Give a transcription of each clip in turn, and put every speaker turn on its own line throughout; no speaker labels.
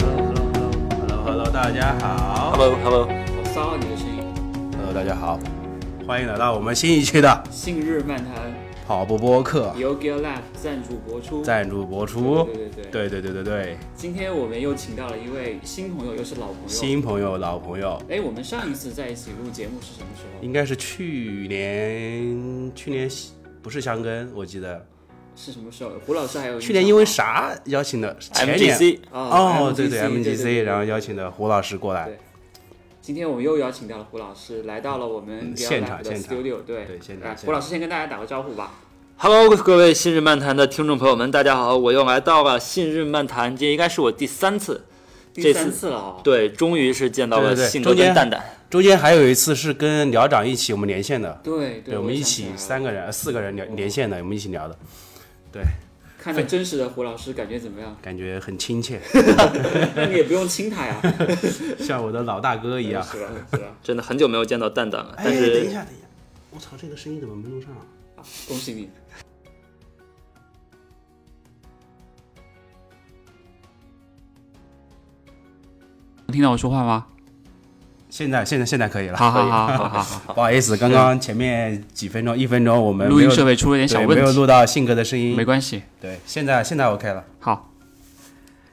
Hello Hello，大家好
Hello Hello，
我骚扰你的声音，
，Hello 大家好，欢迎来到我们新一期的
信日漫谈
跑步播客
由 Gear Lab 赞助播出。
赞助播出。
对对对对
对对对对对，
今天我们又请到了一位新朋友，又是老朋友。
新朋友老朋友，
哎，我们上一次在一起录节目是什么时候？
应该是去年去年不是香根，我记得
是什么时候？胡老师还有
去年因为啥邀请的？前年
MGC
哦
哦，对对 MGC，然后邀请的胡老师过来
对，今天我们又邀请到了胡老师来到了我们
嗯
Gear
现场
Lab 的
现场
studio，对
对现场
来
现场
胡老师先跟大家打个招呼吧。
Hello，各位信日漫谈的听众朋友们，大家好，我又来到了信日漫谈，这应该是我第三次，
第
这次
三次了哦，
对，终于是见到
对
了
对对
信哥
中间
跟蛋蛋，
中间还有一次是跟寮长一起我们连线的，
对对，
对，我们
也
一
想起来
起
了
三个人呃四个人连连线的，我们一起聊的，？
看到真实的胡老师，感觉怎么样
感觉很亲 切，
那你也不用亲他 呀，
像我的老大哥一样。
是吧？是吧？
真的很久没有见到蛋蛋了，但
哎等一
是
下，等一下，我操，这个声音怎么没录上、啊？
恭喜你。能听到我说 话吗？
现在现在现在可以了，
好好
可以
好好好好，
不好意思，刚刚前面几分钟一分钟我们
录音
没有
设备出了点小
对
问
没有
题，
录到信哥的声音
没。关系。
对，现在现在 OK 了。
好，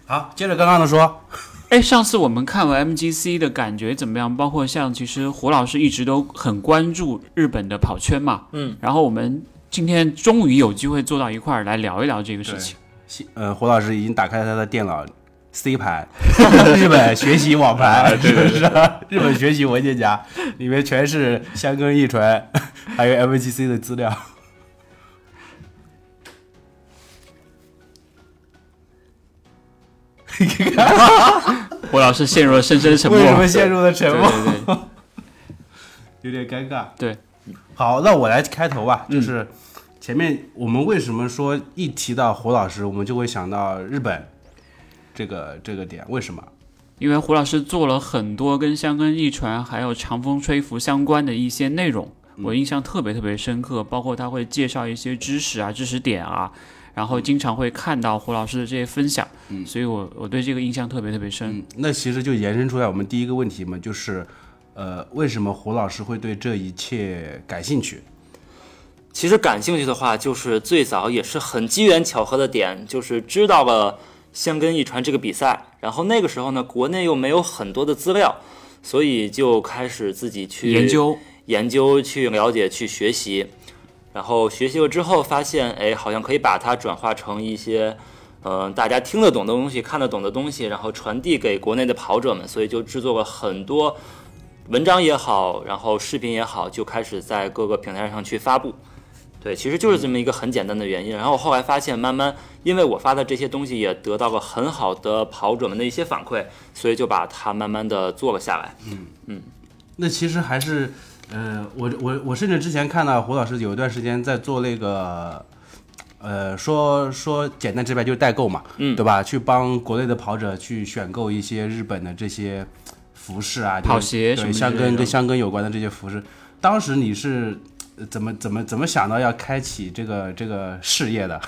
好，接着刚刚的说，
哎，上次我们看完 MGC 的感觉怎么样？包括像其实胡老师一直都很关注日本的跑圈嘛，嗯，然后我们今天终于有机会坐到一块儿来聊一聊这个事情。
信呃，胡老师已经打开了他的电脑 C 盘， 日本学习网
啊
盘，是不是？日本学习文件夹里面全是香根一纯，还有 MGC 的资料。
胡老师陷入了深深的沉默
为，什么陷入了沉默？
对对对
有点尴尬。
对，
好，那我来开头吧，就是前面我们为什么说一提到胡老师，我们就会想到日本这个这个点？为什么？
因为胡老师做了很多跟香根一传还有长风吹拂相关的一些内容，
嗯
我印象特别特别深刻，包括他会介绍一些知识啊、知识点啊，然
嗯
后经常会看到胡老师的这些分享，所以我我对这个印象特别特别深。
嗯，那其实就延伸出来我们第一个问题嘛，就是呃，为什么胡老师会对这一切感兴趣？
其实感兴趣的话，就是最早也是很机缘巧合的点，就是知道了香根一传这个比赛，然后那个时候呢，国内又没有很多的资料，所以就开始自己去
研究
研究、去了解、去学习，然后学习了之后发现，哎，好像可以把它转化成一些，呃，大家听得懂的东西、看得懂的东西，然后传递给国内的跑者们，所以就制作了很多文章也好，然后视频也好，就开始在各个平台上去发布。对，其实就是这么一个很简单的原因。然后后来发现，慢慢因为我发的这些东西也得到了很好的跑者们的一些反馈，所以就把它慢慢的做了下来。
那其实还是，呃，我我我甚至之前看到胡老师有一段时间在做那个，呃，说说简单直白就是代购嘛，嗯，对吧？去帮国内的跑者去选购一些日本的这些服饰啊，就是
跑鞋什
对，
么之
香
类
根
的
跟香根有关的这些服饰。当时你是呃怎么怎么怎么想到要开启这个这个事业的？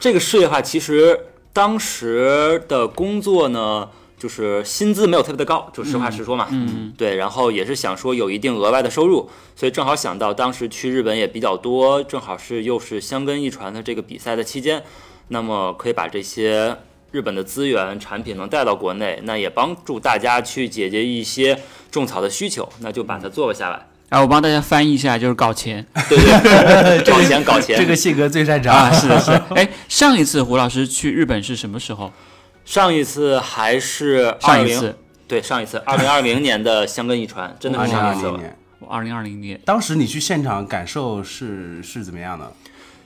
这个事业的话，其实当时的工作呢，就是薪资没有特别的高，就实话实说嘛。嗯，对，然后也是想说有一定额外的收入，所以正好想到当时去日本也比较多，正好是又是香根一传的这个比赛的期间，那么可以把这些。日本的资源产品能带到国内，那也帮助大家去解决一些种草的需求，那就把它做了下来。
然啊后我帮大家翻译一下，就是搞钱
对对，搞钱搞钱。
这个性格最擅长。
啊，是的，是的。哎，上一次胡老师去日本是什么时候？
上一次还是
上
20
一次，
对，上一次二零二 零年的香根一传，真的
二
是
零
上
二
一次
零
了。
年，
二零二零年。
当时你去现场感受是是怎么样的？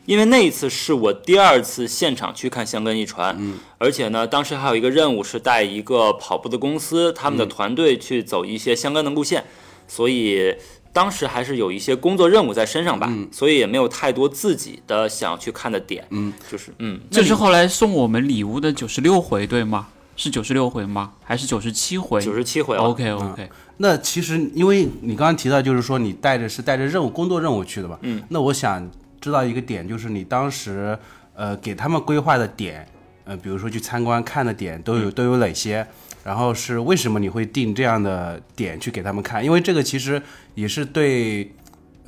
因为那一次是我第二次现场去看香根一传，
嗯
而且呢，当时还有一个任务是带一个跑步的公司，他
嗯
们的团队去走一些相关的路线，所以当时还是有一些工作任务在身上吧，
嗯
所以也没有太多自己的想要去看的点，嗯，就是嗯，
这是后来送我们礼物的九十六回，对吗？是九十六回吗？还是九十七回？
九十七回了嗯
OK OK，
那其实因为你刚刚提到，就是说你带着是带着任务工作任务去的吧？嗯，那我想知道一个点，就是你当时呃给他们规划的点，呃，比如说去参观看的点都有、都有哪些？然后是为什么你会定这样的点去给他们看？因为这个其实也是对。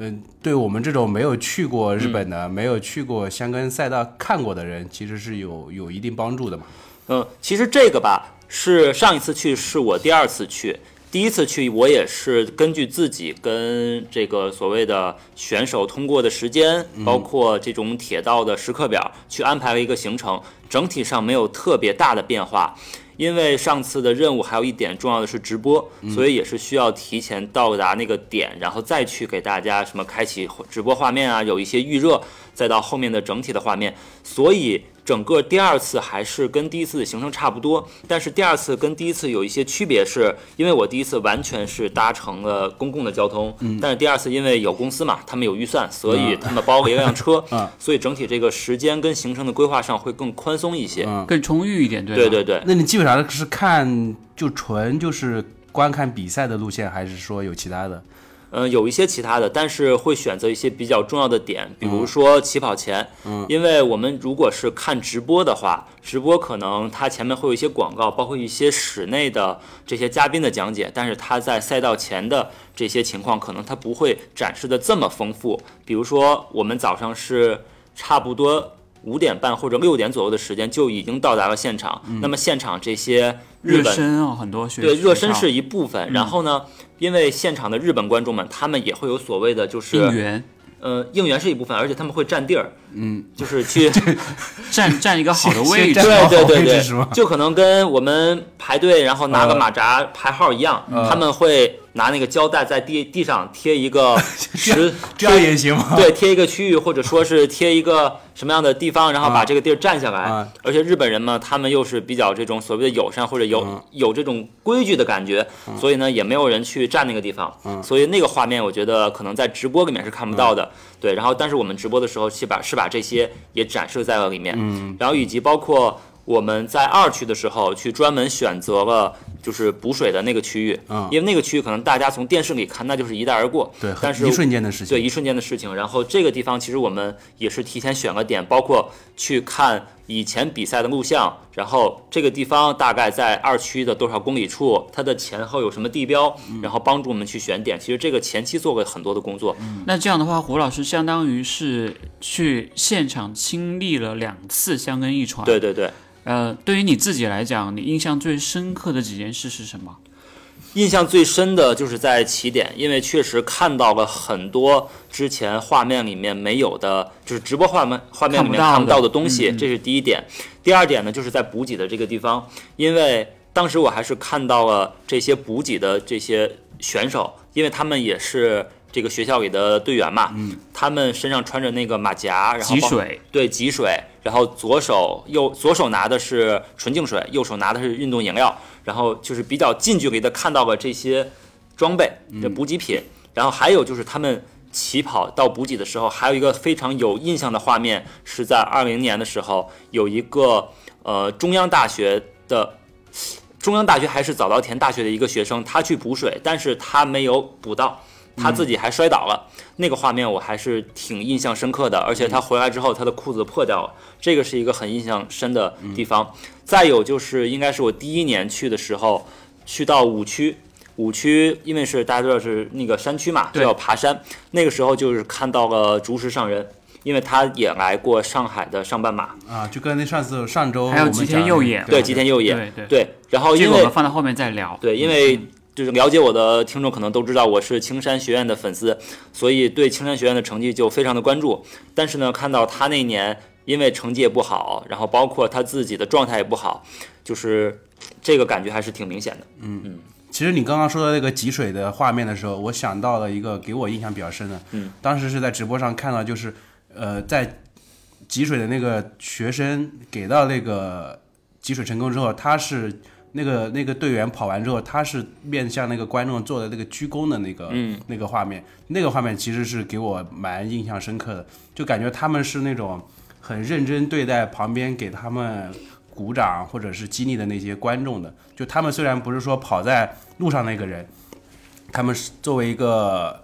嗯，对我们这种没有去过日本的、没有去过香根赛道看过的人，其实是有有一定帮助的嘛。
嗯，其实这个吧，是上一次去是我第二次去，第一次去我也是根据自己跟这个所谓的选手通过的时间，包括这种铁道的时刻表去安排了一个行程，整体上没有特别大的变化。因为上次的任务还有一点重要的是直播，所以也是需要提前到达那个点，然后再去给大家什么开启直播画面啊，有一些预热，再到后面的整体的画面。所以整个第二次还是跟第一次的行程差不多，但是第二次跟第一次有一些区别是，因为我第一次完全是搭乘了公共的交通，但是第二次因为有公司嘛，他们有预算，所以他们包了一辆车，所以整体这个时间跟行程的规划上会更宽松一些。
更充裕一点，对吧？
对对对。
那你基本上是看就纯就是观看比赛的路线，还是说有其他的？
嗯，有一些其他的，但是会选择一些比较重要的点，比如说起跑前，嗯，因为我们如果是看直播的话，直播可能它前面会有一些广告，包括一些室内的这些嘉宾的讲解，但是它在赛道前的这些情况，可能它不会展示的这么丰富。比如说，我们早上是差不多五点半或者六点左右的时间就已经到达了现场，那么现场这些嗯日
热
本
身啊、很多学
对，热身
学校嗯
是一部分。然后呢，因为现场的日本观众们，他们也会有所谓的就是
应援，
呃应援是一部分，而且他们会占地儿，嗯，就 是去
占占一个好的位
先，
置
占
对对对
位置
对
是吗
就可能跟我们排队然后拿
嗯
个马扎排号一样，他们会拿那个胶带在地地上贴 一个十
这样也行吗？
对，贴一个区域，或者说是贴一个什么样的地方，然后把这个地儿占下来。
啊
而且日本人嘛，他们又是比较这种所谓的友善或者有、
嗯
有这种规矩的感觉，所以呢，也没有人去占那个地方。
嗯
所以那个画面，我觉得可能在直播里面是看不到的。对，然后但是我们直播的时候是把是把这些也展示在了里面，
嗯
然后以及包括。我们在二区的时候去专门选择了就是补水的那个区域，
嗯
因为那个区域可能大家从电视里看那就是一带而过，
对，
但是
一瞬间的事情。
对，一瞬间的事情。然后这个地方其实我们也是提前选个点，包括去看以前比赛的录像，然后这个地方大概在二区的多少公里处，它的前后有什么地标，
嗯
然后帮助我们去选点。其实这个前期做过很多的工作，
嗯
那这样的话，胡老师相当于是去现场经历了两次香根一传。
对，对对。
呃，对于你自己来讲，你印象最深刻的几件事是什么？
印象最深的就是在起点，因为确实看到了很多之前画面里面没有的，就是直播画面画面里面看
看
不
不
到
到
的嗯
的
东西，这是第一点。第二点呢，就是在补给的这个地方，因为当时我还是看到了这些补给的这些选手，因为他们也是这个学校里的队员嘛，他们身上穿着那个马甲，然后
集
包
水，
对，嗯挤水，然后左手右左手拿的是纯净水，右手拿的是运动饮料，然后就是比较近距离的看到了这些装备的补给品，然后还有就是他们起跑到补给的时候，还有一个非常有印象的画面是在二零年的时候，有一个呃中央大学的。中央大学还是早稻田大学的一个学生，他去补水，但是他没有补到，他自己还摔倒了。那个画面我还是挺印象深刻的，而且
嗯
他回来之后他的裤子破掉了，这个是一个很印象深的
嗯
地方。再有就是，应该是我第一年去的时候，去到五区。五区，因为是大家都知道是那个山区嘛，都
对
要爬山。那个时候就是看到了竹石上人，因为他也来过上海的上半马，
啊，就跟那上次上周
还有
我们
吉田
讲
佑
的
也
对，吉田佑也，
对对
对。然后
这
因
个我
为
们放到后面再聊。
对，因为就是了解我的听众可能都知道我是青山学院的粉丝，所以对青山学院的成绩就非常的关注。但是呢，看到他那年因为成绩也不好，然后包括他自己的状态也不好，就是这个感觉还是挺明显的。
其实你刚刚说的那个挤水的画面的时候，我想到了一个给我印象比较深的，嗯，当时是在直播上看到，就是呃，在挤水的那个学生给到那个挤水成功之后，他是那个那个队员跑完之后，他是面向那个观众做的那个鞠躬的那个、嗯、那个画面，那个画面其实是给我蛮印象深刻的，就感觉他们是那种很认真对待旁边给他们。鼓掌或者是激励的那些观众的。就他们虽然不是说跑在路上那个人，他们是作为一个呃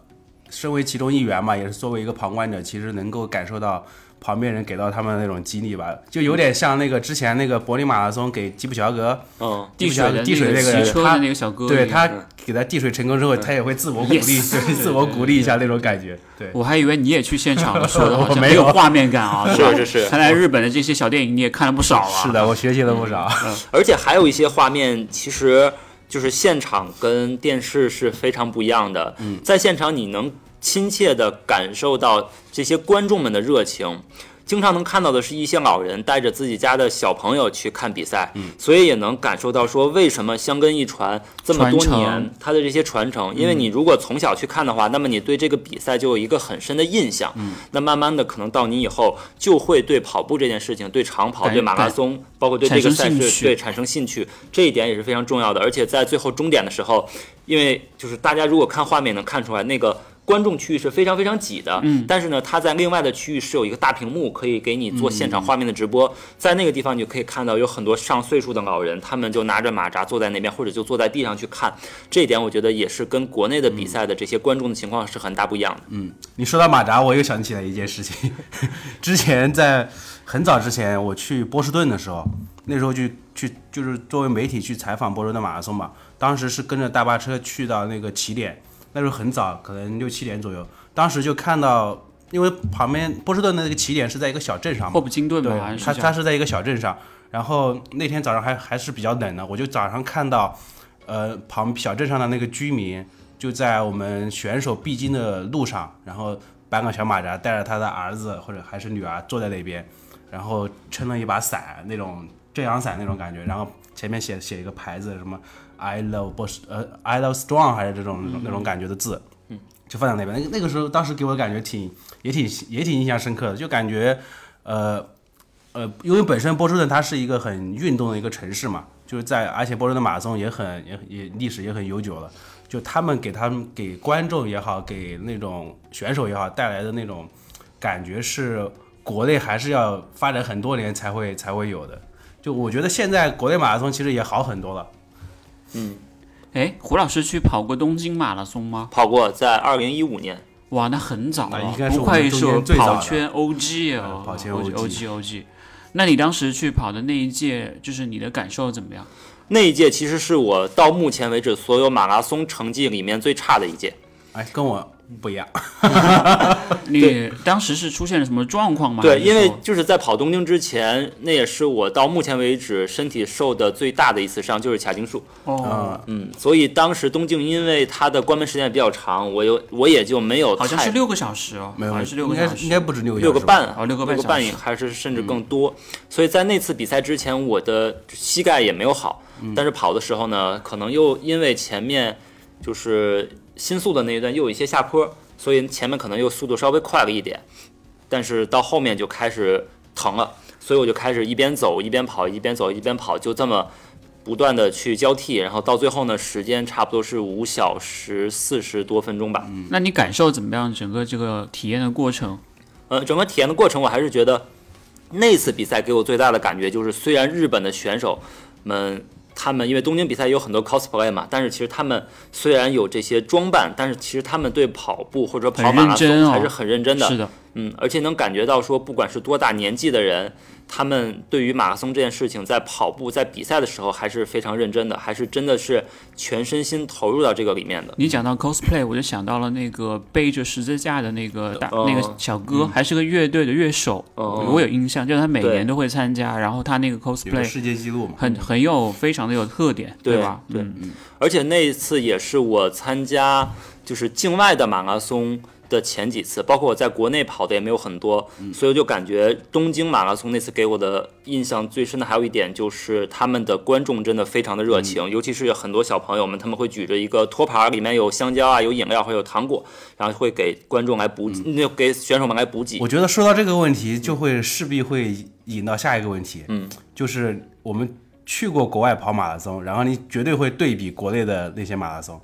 身为其中一员嘛，也是作为一个旁观者，其实能够感受到旁边人给到他们那种激励吧，就有点像那个之前那个柏林马拉松给吉普乔格
嗯，
递水的
递水
那
那个
个
人
骑车
他
的那个小哥，
对他给他递水成功之后，他也会自我鼓励，对自我鼓励一下那种感觉。对，
我还以为你也去现场了，说的好
我
像
没
没有
有
画面感啊，
是
吧
是是
看来日本的这些小电影你也看了不少啊。
是，的，我学习了不少。
而且还有一些画面，其实就是现场跟电视是非常不一样的。嗯，在现场你能亲切地感受到这些观众们的热情。经常能看到的是一些老人带着自己家的小朋友去看比赛，嗯、所以也能感受到说为什么香根一传这么多
传承
年它的这些传承，因为你如果从小去看的话，那么你对这个比赛就有一个很深的印象，嗯、那慢慢的可能到你以后就会对跑步这件事情、对长跑、
感
对马拉
感
松，包括对这个赛
产生兴
事
趣
对产生兴趣，这一点也是非常重要的。而且在最后终点的时候，因为就是大家如果看画面能看出来，那个观众区域是非常非常挤的。嗯，但是呢，它在另外的区域是有一个大屏幕可以给你做
嗯
现场画面的直播，在那个地方你就可以看到有很多上岁数的老人，他们就拿着马扎坐在那边，或者就坐在地上去看。这一点我觉得也是跟国内的比赛的这些观众的情况是很大不一样的。
嗯
你说到马扎，我又想起来一件事情。 之前在很早之前，我去波士顿的时候，那时候去去就是作为媒体去采访波士顿马拉松嘛。当时是跟着大巴车去到那个起点，那时候很早，可能六七点左右。当时就看到，因为旁边波士顿的那个起点是在一个小镇上嘛
霍，普金顿吧，
对，
好像是
他
这
他
样。
是在一个小镇上，然后那天早上还还是比较冷的，我就早上看到，呃，旁小镇上的那个居民就在我们选手必经的路上，然后搬个小马扎，带着他的儿子或者还是女儿坐在那边，然后撑了一把伞那种遮阳伞那种感觉，然后前面写写一个牌子什么 I love 不是呃 I love strong 还是这种那种那
嗯
种感觉的字，嗯，就放在那边。那个那个时候当时给我的感觉挺也挺也挺印象深刻的，就感觉呃呃，因为本身波士顿它是一个很运动的一个城市嘛，就是在而且波士顿马拉松也很也也历史也很悠久了，就他们给他们给观众也好，给那种选手也好带来的那种感觉是国内还是要发展很多年才会才会有的。就我觉得现在国内马拉松其实也好很多了，
哎，胡老师去跑过东京马拉松吗？
跑过在二零一五年，
哇，那很早
那
了，
应该是
不
我
愧
们中
是我
间最早
跑
的
圈 OG 哦，
嗯跑圈
OG
OG
OG OG。那你当时去跑的那一届，就是你的感受怎么样？
那一届其实是我到目前为止所有马拉松成绩里面最差的一届。
哎，跟我不一样。
你当时是出现了什么状况吗？还
对，
是
因为
说
就是在跑东京之前，那也是我到目前为止身体受的最大的一次伤，就是髂胫束。
哦，
嗯，所以当时东京因为它的关门时间也比较长，我有我也就没有
好像
太
是六个小时哦，
没有，
好像是六个
应
小
该
时，
应该不止六个
六
小时吧
个半，啊
哦六个半
半
小时嗯
还是甚至更多。所以在那次比赛之前，我的膝盖也没有好，
嗯
但是跑的时候呢，可能又因为前面就是新速的那一段又有一些下坡，所以前面可能又速度稍微快了一点，但是到后面就开始疼了，所以我就开始一边走一边跑，一边走一边跑，就这么。不断的去交替，然后到最后呢，时间差不多是五小时四十多分钟吧。
那你感受怎么样？整个这个体验的过程，
呃，整个体验的过程，我还是觉得那次比赛给我最大的感觉就是，虽然日本的选手们他们因为东京比赛有很多 cosplay 嘛，但是其实他们虽然有这些装扮，但是其实他们对跑步或者跑马拉
很认真
松
哦
还是很认真的。
是的，
嗯，而且能感觉到说，不管是多大年纪的人，他们对于马拉松这件事情，在跑步、在比赛的时候还是非常认真的，还是真的是全身心投入到这个里面的。
你讲到 cosplay，我就想到了那个背着十字架的那个大、
哦
那个小哥，还是个乐队的乐手，
哦
我有印象，就是他每
对
年都会参加，然后他那个
有个
cosplay
世界纪录嘛。
很很有非常的有特点，
嗯对
吧？
对
嗯
而且那一次也是我参加就是境外的马拉松的前几次，包括我在国内跑的也没有很多，所以我就感觉东京马拉松那次给我的印象最深的还有一点就是他们的观众真的非常的热情，尤其是有很多小朋友们，他们会举着一个托盘，里面有香蕉啊、有饮料还有糖果，然后会给观众来补给，那、给选手们来补给
我。觉得说到这个问题，就会势必会引到下一个问题，
嗯，
就是我们去过国外跑马拉松，然后你绝对会对比国内的那些马拉松。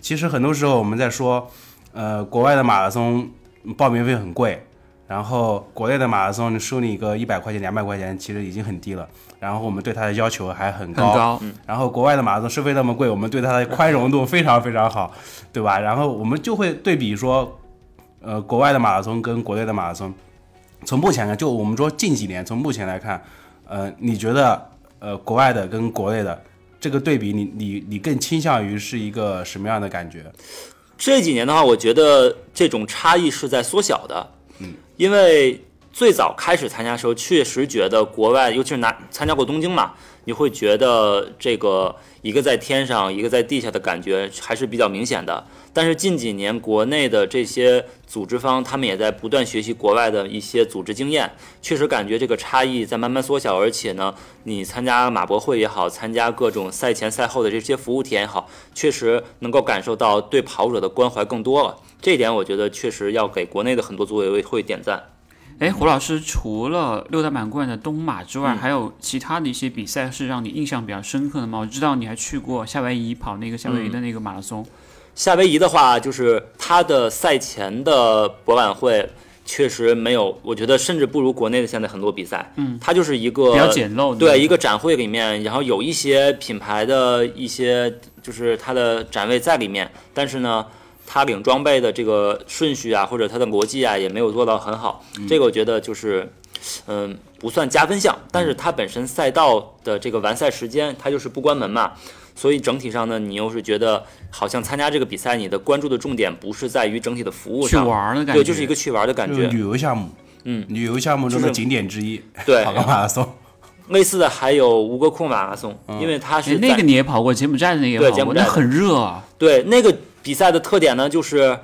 其实很多时候我们在说，呃，国外的马拉松嗯报名费很贵，然后国内的马拉松收你个一百块钱、两百块钱，其实已经很低了。然后我们对它的要求还很
很高，嗯
然后国外的马拉松收费那么贵，我们对它的宽容度非常非常好，对吧？然后我们就会对比说，呃，国外的马拉松跟国内的马拉松，从目前看，就我们说近几年，从目前来看，呃，你觉得呃国外的跟国内的这个对比你，你你更倾向于是一个什么样的感觉？
这几年的话，我觉得这种差异是在缩小的。嗯，因为最早开始参加的时候，确实觉得国外，尤其是拿参加过东京嘛，你会觉得这个一个在天上，一个在地下的感觉还是比较明显的。但是近几年，国内的这些组织方，他们也在不断学习国外的一些组织经验，确实感觉这个差异在慢慢缩小。而且呢，你参加马博会也好，参加各种赛前赛后的这些服务体验也好，确实能够感受到对跑者的关怀更多了。这一点，我觉得确实要给国内的很多组委会会点赞。
哎，胡老师，除了六大满贯的东马之外，
嗯
还有其他的一些比赛是让你印象比较深刻的吗？我知道你还去过夏威夷跑那个夏威夷的那个马拉松，
嗯夏威夷的话，就是它的赛前的博览会确实没有，我觉得甚至不如国内的现在很多比赛。嗯，它就是一个
比较简陋的那
对
种
一个展会里面，然后有一些品牌的一些就是它的展位在里面，但是呢，它领装备的这个顺序啊，或者它的逻辑啊，也没有做到很好。
嗯
这个我觉得就是，嗯，不算加分项，但是
嗯
它本身赛道的这个完赛时间，它就是不关门嘛。所以整体上呢，你又是觉得好像参加这个比赛，你的关注的重点不是在于整体的服务
去
上，
玩儿的感觉，
对，就是一个去玩儿的感
就是
觉。
旅游项目，
嗯，
旅游项目中的
就是
景点之一，
对
跑个马拉 松。
类似的还有吴哥库马拉松，因为它
哎
是，
那
在
个你也跑过，柬埔寨的那个
对
也跑
柬
过，
埔寨
那
的
很热啊。
对那个比赛的特点呢，就是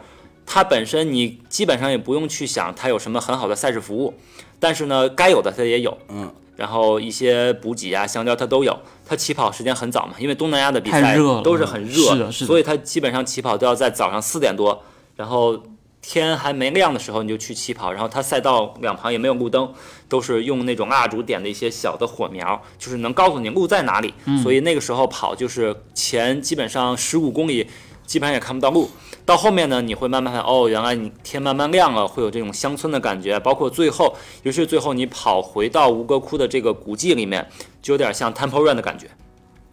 它本身你基本上也不用去想它有什么很好的赛事服务，但是呢，该有的它也有，
嗯，
然后一些补给啊、香蕉它都有。它起跑时间很早嘛，因为东南亚的比
太
赛
热了
都是很热，
是的是的
所以它基本上起跑都要在早上四点多，然后天还没亮的时候你就去起跑，然后它赛道两旁也没有路灯，都是用那种蜡烛点的一些小的火苗，就是能告诉你路在哪里。所以那个时候跑就是前基本上十五公里，基本上也看不到路。到后面呢，你会慢慢看，哦，原来你天慢慢亮了，会有这种乡村的感觉。包括最后，尤其是最后你跑回到吴哥窟的这个古迹里面，就有点像 Temple Run 的感觉。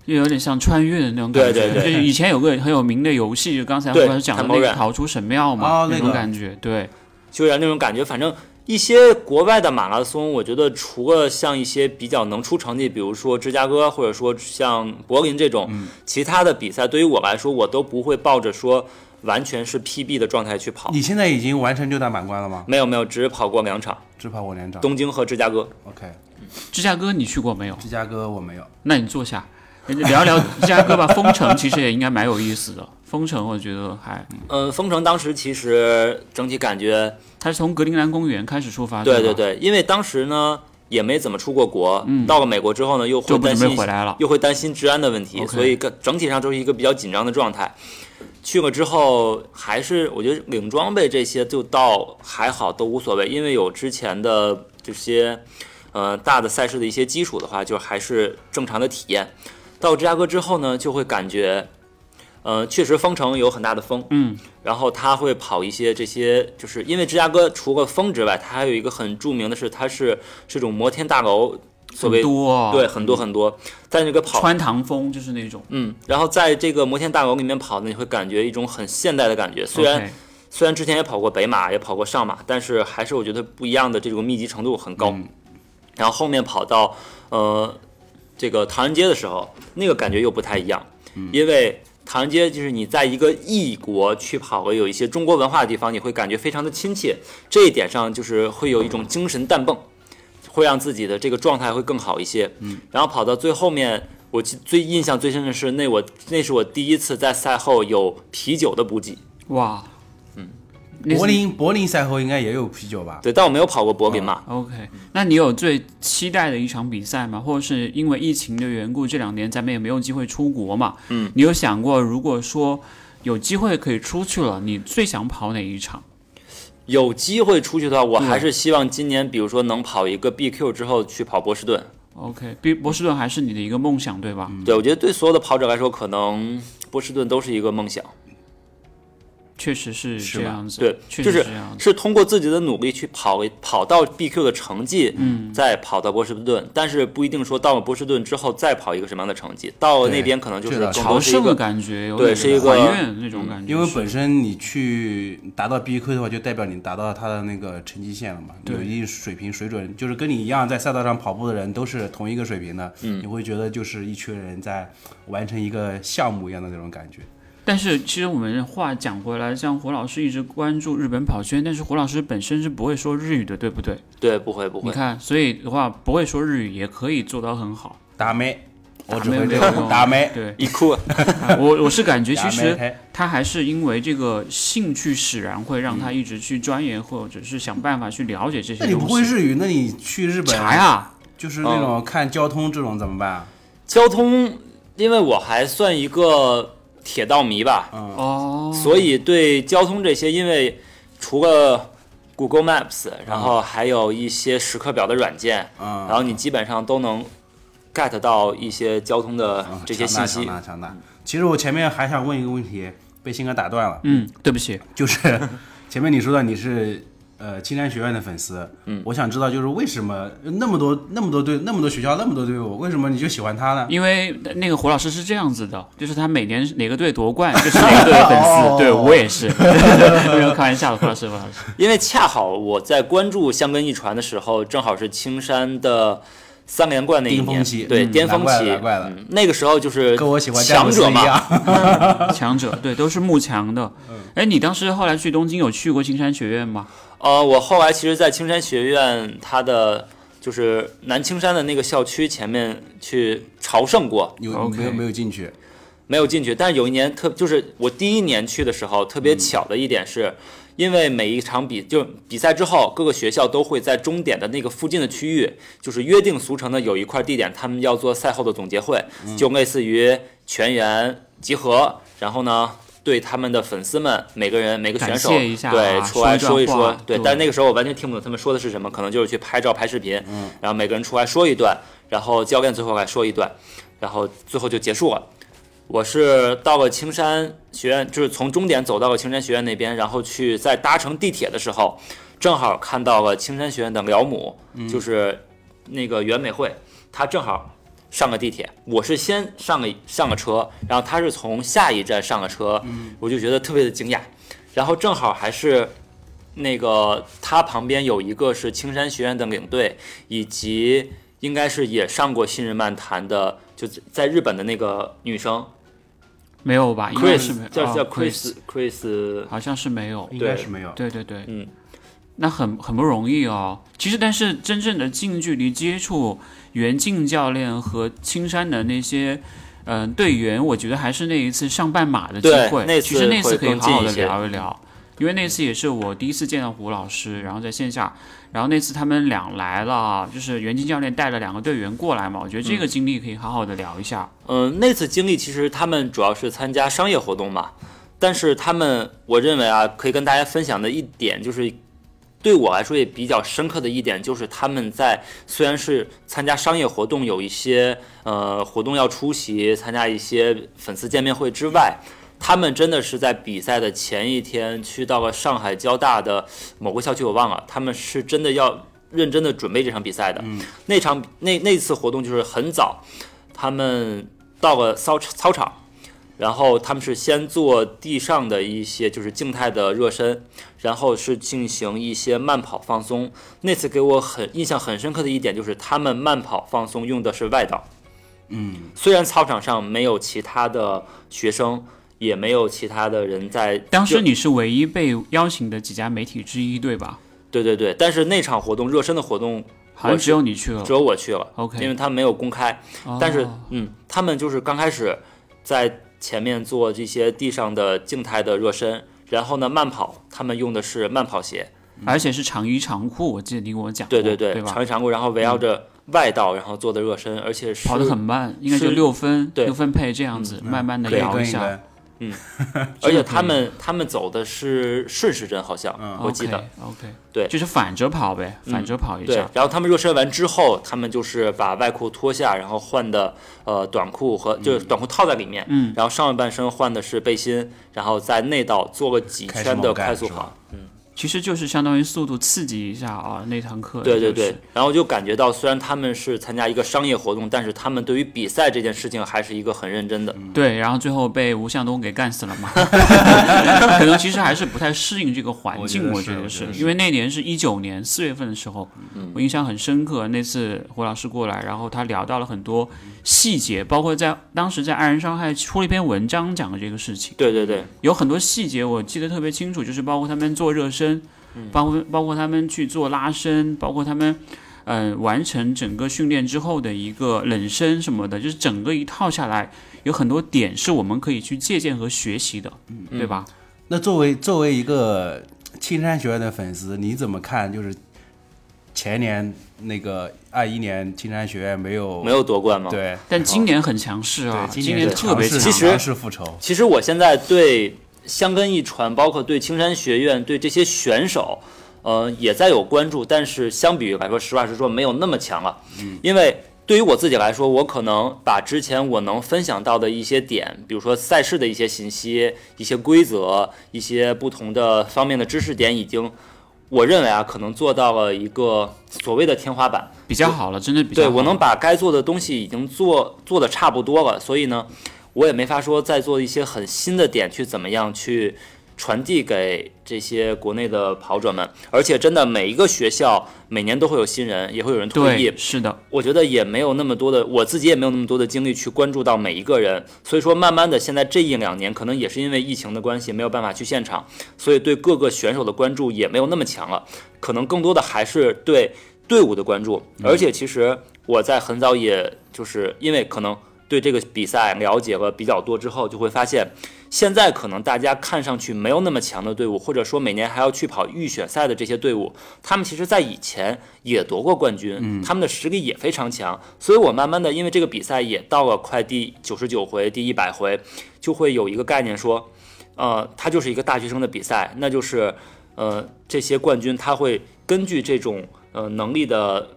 就有点像穿越的那种感觉。
对对对
就是以前有个很有名的游戏，就刚才
对
我讲的那
探宝
个
人
逃出神庙嘛，
哦那
那种
个
感觉。对，
就有点那种感觉。反正一些国外的马拉松，我觉得除了像一些比较能出成绩，比如说芝加哥或者说像柏林这种，其他的比赛对于我来说，我都不会抱着说完全是 PB 的状态去跑。
你现在已经完成六大满贯了吗？
没有没有，只跑过两场，
只跑过两场。
东京和芝加哥。
OK，
芝加哥你去过没有？
芝加哥我没有。
那你坐下，哎聊一聊 芝加哥吧。封城其实也应该蛮有意思的。封城我觉得还，
嗯，封城当时其实整体感觉，
它是从格陵兰公园开始出发，
对
对
对
吧，
对，因为当时呢也没怎么出过国，到了美国之后呢又
嗯就
会
不
担
准
心
备回来了。
又会担心治安的问题，
OK
所以个整体上就是一个比较紧张的状态。去了之后，还是我觉得领装备这些就倒还好，都无所谓，因为有之前的这些呃大的赛事的一些基础的话，就还是正常的体验。到芝加哥之后呢，就会感觉，呃，确实封城有很大的风，
嗯，
然后他会跑一些这些，就是因为芝加哥除了风之外，它还有一个很著名的是，它是这种摩天大楼，所
很
谓
多哦
对，很多很多，在那个跑
穿堂风就是那种。
嗯，然后在这个摩天大楼里面跑呢，你会感觉一种很现代的感觉。虽然
OK
虽然之前也跑过北马，也跑过上马，但是还是我觉得不一样的这种密集程度很高。然后后面跑到呃这个唐人街的时候，那个感觉又不太一样，因为唐人街就是你在一个异国去跑个有一些中国文化的地方，你会感觉非常的亲切。这一点上就是会有一种精神氮泵，会让自己的这个状态会更好一些。嗯，然后跑到最后面。我记最印象最深的是，那我那是我第一次在赛后有啤酒的补给，
哇，嗯，
柏林柏林赛后应该也有啤酒吧？
对，但我没有跑过柏林
嗯
嘛，
OK，那你有最期待的一场比赛吗？或者是因为疫情的缘故，这两年咱们也没有机会出国嘛？嗯，你有想过，如果说有机会可以出去了，你最想跑哪一场？
有机会出去的话，我
嗯
还是希望今年，比如说能跑一个 BQ 之后去跑波士顿。
OK，比波士顿还是你的一个梦想，对吧？
嗯对，我觉得对所有的跑者来说，可能波士顿都是一个梦想。
确实是
是
这
吧
样子，
对
确
就
实
是
这样子，
是通过自己的努力去跑跑到 BQ 的成绩，
嗯，
再跑到波士顿，但是不一定说到了波士顿之后再跑一个什么样的成绩，到
对
那边可能就
这
是
倒是
更
朝
多是一
圣的
个
感觉，有
对
点
是一个嗯
还愿那种感觉，
因为
是
本身你去达到 B E 科的话，就代表你达到他的那个成绩线了嘛，
对
有一定水平水准，就是跟你一样在赛道上跑步的人都是同一个水平的，
嗯
你会觉得就是一群人在完成一个项目一样的那种感觉。
但是其实我们话讲回来，像胡老师一直关注日本跑圈，但是胡老师本身是不会说日语的，对不对？
对，不会不
你
会，，
看，所以的话不会说日语也可以做到很好。
打没，我只
打
会这
妹没有
个
用
打没，
对
一哭啊，
啊我我是感觉其
打
实
没开
他还是因为这个兴趣使然，会让他一直去钻研，或者是想办法去了解这
嗯
些
那
东
你
西。
不会日语，那你去日本
查呀？
就是那
嗯
种看交通这种怎么办啊？
交通，因为我还算一个铁道迷吧，
嗯
哦，
所以对交通这些，因为除了 Google Maps，然后还有一些时刻表的软件，
嗯
啊
然后你基本上都能 get 到一些交通的
嗯
这些
强大
信息
强。大强大。其实我前面还想问一个问题，被鑫哥打断了。
嗯，对不起，
就是 前面你说到你是呃青山学院的粉丝，嗯，我想知道就是为什么那么多那么多队那么多学校那么多队伍，为什么你就喜欢他呢？
因为那个胡老师是这样子的，就是他每年哪个队夺冠，就是哪个队的粉
哦
丝。对我也是， 没有开玩笑的，胡老师，胡老师。
因为恰好我在关注香根一传的时候，正好是青山的三连冠那一
巅峰
年
期，
对
嗯
巅峰
难怪
期
了难怪了
嗯那个时候就是
跟我喜欢詹
强
姆斯
者
一
嘛，
样，
强者，对，都是慕强的。
嗯
哎，你当时后来去东京有去过青山学院吗？
呃，我后来其实，在青山学院，它的就是南青山的那个校区前面去朝圣过，
有
OK
没有没有进去？
没有进去。但是有一年特，就是我第一年去的时候，
嗯
特别巧的一点是，因为每一场比就比赛之后，各个学校都会在终点的那个附近的区域，就是约定俗成的有一块地点，他们要做赛后的总结会，
嗯
就类似于全员集合，然后呢。对他们的粉丝们，每个人每个选手，
感谢一下啊
对出来
说
说
一
一
段
说
话，
对。
对
但那个时候我完全听不懂他们说的是什么，可能就是去拍照、拍视频，
嗯
然后每个人出来说一段，然后教练最后来说一段，然后最后就结束了。我是到了青山学院，就是从终点走到了青山学院那边，然后去在搭乘地铁的时候，正好看到了青山学院的辽母，就是那个袁美惠，她正好上了地铁。我是先上了上了车，然后她是从下一站上了车，我就觉得特别的惊讶。然后正好还是那个她旁边有一个是青山学院的领队，以及应该是也上过新人漫谈的，就在日本的那个女生
没有吧？应该是没
Chris，
有，
叫叫
哦 Chris，
Chris Chris，
好像是没有。
应该是没有。
对对对，
嗯，
那很很不容易哦。其实，但是真正的近距离接触袁静教练和青山的那些。嗯、队员，我觉得还是那一次上半马的机
对
会。
那次
其实那次
会
可以
更
好好
近
的
一些
聊一聊，因为那次也是我第一次见到胡老师，然后在线下，然后那次他们俩来了啊，就是袁静教练带了两个队员过来嘛，我觉得这个经历可以好好的聊一下。
嗯，那次经历其实他们主要是参加商业活动嘛，但是他们我认为啊，可以跟大家分享的一点就是，对我来说也比较深刻的一点就是他们在虽然是参加商业活动，有一些呃活动要出席，参加一些粉丝见面会之外。他们真的是在比赛的前一天去到了上海交大的某个校区，我忘了。他们是真的要认真的准备这场比赛的。那场那那次活动就是很早，他们到了操操场，然后他们是先做地上的一些就是静态的热身，然后是进行一些慢跑放松。那次给我很印象很深刻的一点就是他们慢跑放松用的是外道，嗯，虽然操场上没有其他的学生，也没有其他的人在就，
当时你是唯一被邀请的几家媒体之一，对吧？
对对对，但是那场活动热身的活动
好像只有你去了
只。有我去了
OK
因为他没有公开。
哦
但是，嗯，他们就是刚开始在前面做这些地上的静态的热身，然后呢慢跑，他们用的是慢跑鞋，
而且是长衣长裤，我记得你跟我讲过，
对对对，
哦对吧嗯
长？一长裤，然后围绕着外道，然后做的热身，而且是
跑得很慢，应该就是六分，
对
六分配这样子，慢慢的
可以
聊
跟
一
一
下。
个
而且他们他们走的是顺时针，好像、我记得。
OK，
对嗯
就是反着跑呗，反着跑一
对
下，。
然后他们热身完之后，他们就是把外裤脱下，然后换的呃短裤和就是短裤套在里面，嗯，然后上半身换的是背心，然后在内道做个几
开始
圈的
猛干
快速
是吧
跑，
其实就是相当于速度刺激一下啊，那堂课。
对对
就是
对，，然后就感觉到，虽然他们是参加一个商业活动，但是他们对于比赛这件事情还是一个很认真的。
嗯
对，然后最后被吴向东给干死了 嘛，可能其实还是不太适应这个环境，我
我
觉
觉得
得
是我觉得嗯是
因为那年是一九年四月份的时候，我印象很深刻。那次胡老师过来，然后他聊到了很多细节，包括在当时在《爱人伤害》出了一篇文章讲的这个事情，
对对对，
有很多细节我记得特别清楚，就是包括他们做热身，
嗯
包括包括他们去做拉伸，包括他们。嗯、完成整个训练之后的一个冷身什么的，就是整个一套下来，有很多点是我们可以去借鉴和学习的，
嗯
对吧？
那作为作为一个青山学院的粉丝，你怎么看？就是前年那个二一年青山学院没有
没有夺冠吗？。
对
但今年很强势啊，
对，
今
年是
啊特别
强势啊
其
强。
实
强势复仇，
其实我现在对香根一传，包括对青山学院，对这些选手，呃，也在有关注，但是相比于来说，实话实说，没有那么强了。嗯，因为对于我自己来说，我可能把之前我能分享到的一些点，比如说赛事的一些信息、一些规则、一些不同的方面的知识点，已经。我认为啊，可能做到了一个所谓的天花板，
比较好了，真的比较
对
好了
我能把该做的东西已经做做的差不多了，所以呢，我也没法说再做一些很新的点去怎么样去传递给这些国内的跑者们。而且真的每一个学校每年都会有新人，也会有人退役
对，，是的，
我觉得也没有那么多的，我自己也没有那么多的精力去关注到每一个人，所以说慢慢的，现在这一两年可能也是因为疫情的关系，没有办法去现场，所以对各个选手的关注也没有那么强了，可能更多的还是对队伍的关注。而且其实我在很早，也就是因为可能对这个比赛了解了比较多之后，就会发现，现在可能大家看上去没有那么强的队伍，或者说每年还要去跑预选赛的这些队伍，他们其实在以前也夺过冠军，他们的实力也非常强。所以我慢慢的，因为这个比赛也到了快第九十九回、第一百回，就会有一个概念说，呃，它就是一个大学生的比赛，那就是呃这些冠军他会根据这种呃能力的。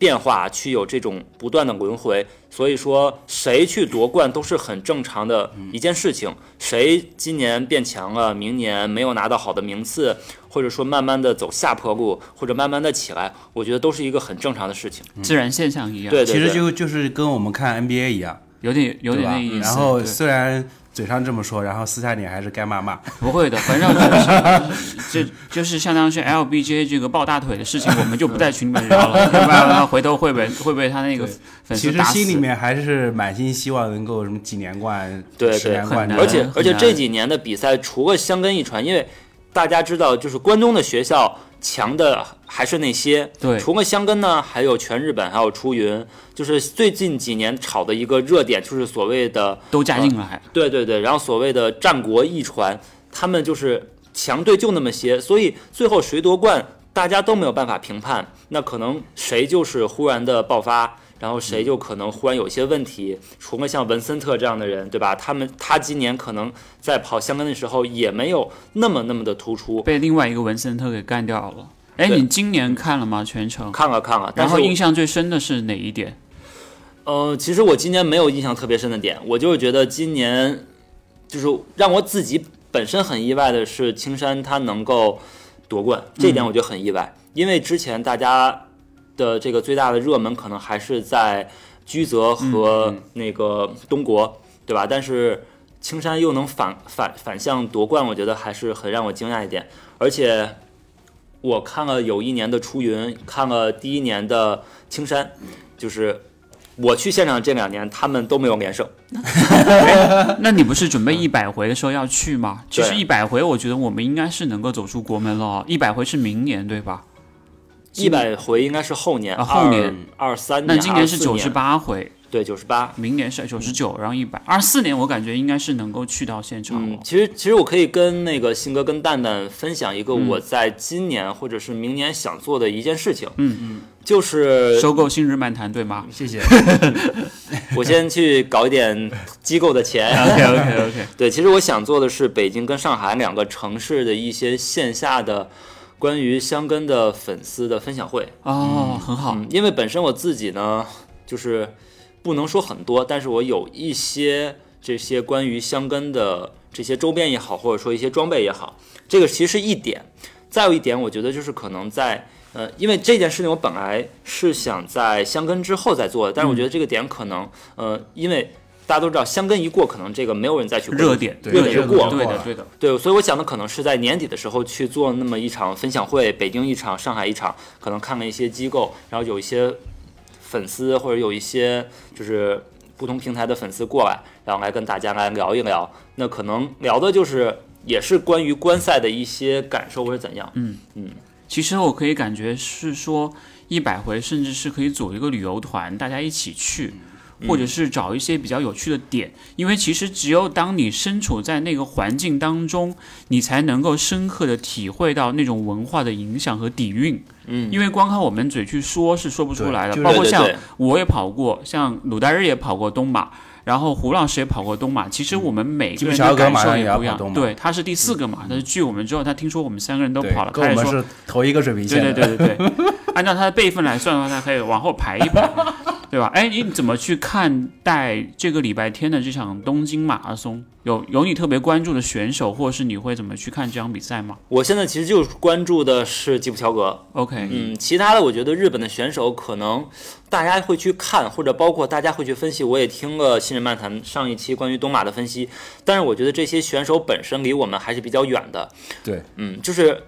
变化去有这种不断的轮回，所以说谁去夺冠都是很正常的一件事情。谁今年变强了，明年没有拿到好的名次，或者说慢慢的走下坡路，或者慢慢的起来，我觉得都是一个很正常的事情。
嗯
自然现象一样，
对对对，
其实就就是跟我们看 NBA 一样，
有点有
对
点
吧
那意？
嗯
思。
然后
对
虽然嘴上这么说，然后私下里还是该骂骂。
不会的，反正就是 这就是相当于是 LBJ 这个抱大腿的事情，我们就不在群里面聊了， 要不然的话回头会被会被他那个粉
其
丝
实
打死。
心里面还是满心希望能够什么几连冠、
对
十
对
连冠
很难
这
而
种，
且
很
而且
难
这几年的比赛，除了香根一传，因为大家知道，就是关东的学校强的还是那些。
对
除了香根呢，还有全日本，还有出云。就是最近几年炒的一个热点，就是所谓的
都加进来，
对对对，然后所谓的战国一传，他们就是强队就那么些，所以最后谁夺冠，大家都没有办法评判。那可能谁就是忽然的爆发，然后谁就可能忽然有一些问题。除了像文森特这样的人，对吧？他们他今年可能在跑香根的时候也没有那么那么的突出。
被另外一个文森特给干掉了。哎，
对
你今年看了吗？全程？
看啊了看了，但
然
是
后
我
印象最深的是哪一点？
呃，其实我今年没有印象特别深的点，我就是觉得今年就是让我自己本身很意外的是青山他能够夺冠，这一点我觉得很意外，因为之前大家的这个最大的热门可能还是在居泽和那个东国，对吧？但是青山又能反反反向夺冠，我觉得还是很让我惊讶一点，而且。我看了有一年的出云，看了第一年的青山，就是我去现场这两年，他们都没有连胜。
那你不是准备一百回的时候要去吗？其实
对
一百回，我觉得我们应该是能够走出国门了哦。一百回是明年对吧？
一百回应该是后年，
啊后年
二三年，
那今年是
24
九十八回，
对，九十八。
明年是九十九，然后一百，二四年我感觉应该是能够去到现场了。
嗯，其实其实我可以跟那个信哥跟蛋蛋分享一个
嗯
我在今年或者是明年想做的一件事情。嗯嗯，就是
收购新日漫谈，对吗
谢 谢。
我先去搞一点机构 的钱。
？OK OK OK，
对，其实我想做的是北京跟上海两个城市的一些线下的关于香根的粉丝的分享会。
哦，很好，
嗯，因为本身我自己呢，就是不能说很多，但是我有一些这些关于香根的这些周边也好，或者说一些装备也好，这个其实是一点。再有一点，我觉得就是可能在呃，因为这件事情我本来是想在香根之后再做的，但是我觉得这个点可能、呃，因为大家都知道香根一过，可能这个没有人再去关注
热点，
对
热
热
点
点过了
对的对的，
对，所以我想的可能是在年底的时候去做那么一场分享会，北京一场，上海一场，可能看了一些机构，然后有一些粉丝或者有一些就是不同平台的粉丝过来，然后来跟大家来聊一聊。那可能聊的就是也是关于观赛的一些感受或者怎样。
其实我可以感觉是说一百回，甚至是可以组一个旅游团，大家一起去，
嗯
或者是找一些比较有趣的点，因为其实只有当你身处在那个环境当中，你才能够深刻的体会到那种文化的影响和底蕴。
嗯，
因为光靠我们嘴去说是说不出来的，
对就是
包括
对对
像
对
我也跑过，像鲁大日也跑过东马，然后胡老师也跑过东马。其实我们每个人
基本小
的
哥
感
马
受
上也要
不一
跑东
样。
马嗯
对，他是第四个嘛，但是据我们之后，他听说我们三个人都
对
跑了，
跟
他也
我们
说
是同一个水平线
对
的。
对对对 对，按照他的辈分来算的话，他可以往后排一排，对吧？哎，你怎么去看待这个礼拜天的这场东京马拉松？有有你特别关注的选手，或者是你会怎么去看这场比赛吗
我现在其实就是关注的是吉普乔格，
？OK，
嗯，其他的我觉得日本的选手可能大家会去看，或者包括大家会去分析。我也听了新人漫谈上一期关于东马的分析，但是我觉得这些选手本身离我们还是比较远的。
对，
嗯，就是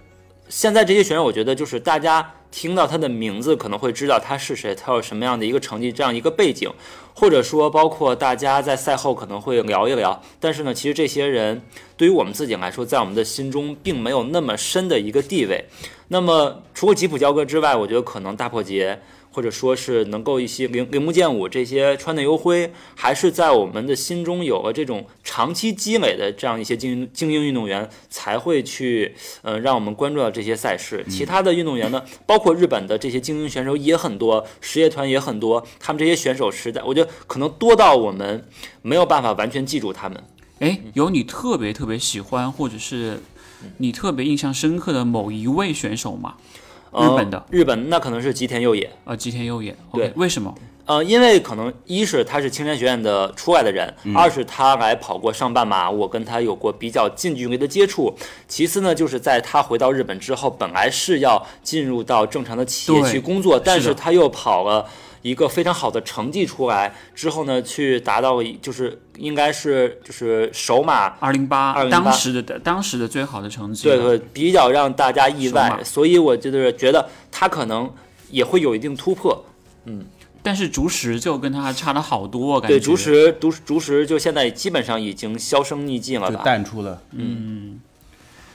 现在这些选手，我觉得嗯就是大家听到他的名字可能会知道他是谁，他有什么样的一个成绩，这样一个背景，或者说包括大家在赛后可能会聊一聊。但是呢，其实这些人对于我们自己来说，在我们的心中并没有那么深的一个地位。那么除了吉普交割之外，我觉得可能大破节。或者说是能够一些铃铃木健武这些川内优辉，还是在我们的心中有了这种长期积累的这样一些精英精英运动员，才会去呃让我们关注到这些赛事。其他的运动员呢，包括日本的这些精英选手也很多，实业团也很多，他们这些选手实在，我觉得可能多到我们没有办法完全记住他们。
哎，有你特别特别喜欢，或者是你特别印象深刻的某一位选手吗？
呃
日本的
日本那可能是吉田佑也，
呃，吉田佑也。
对
OK，为什么？
呃，因为可能一是他是青山学院的出来的人，
嗯
二是他来跑过上半马，我跟他有过比较近距离的接触。其次呢，就是在他回到日本之后，本来是要进入到正常的企业
对
去工作，但
是的
是他又跑了。一个非常好的成绩出来之后呢，去达到了一就是应该是就是首马
二零八，
208
当时的当时的最好的成绩。啊
对对，比较让大家意
嗯首
外，
马
所以我就是觉得他可能也会有一定突破。
但是竹石就跟他差了好多，感觉。
对，竹石竹竹石就现在基本上已经销声匿迹了
就
吧？
淡出了。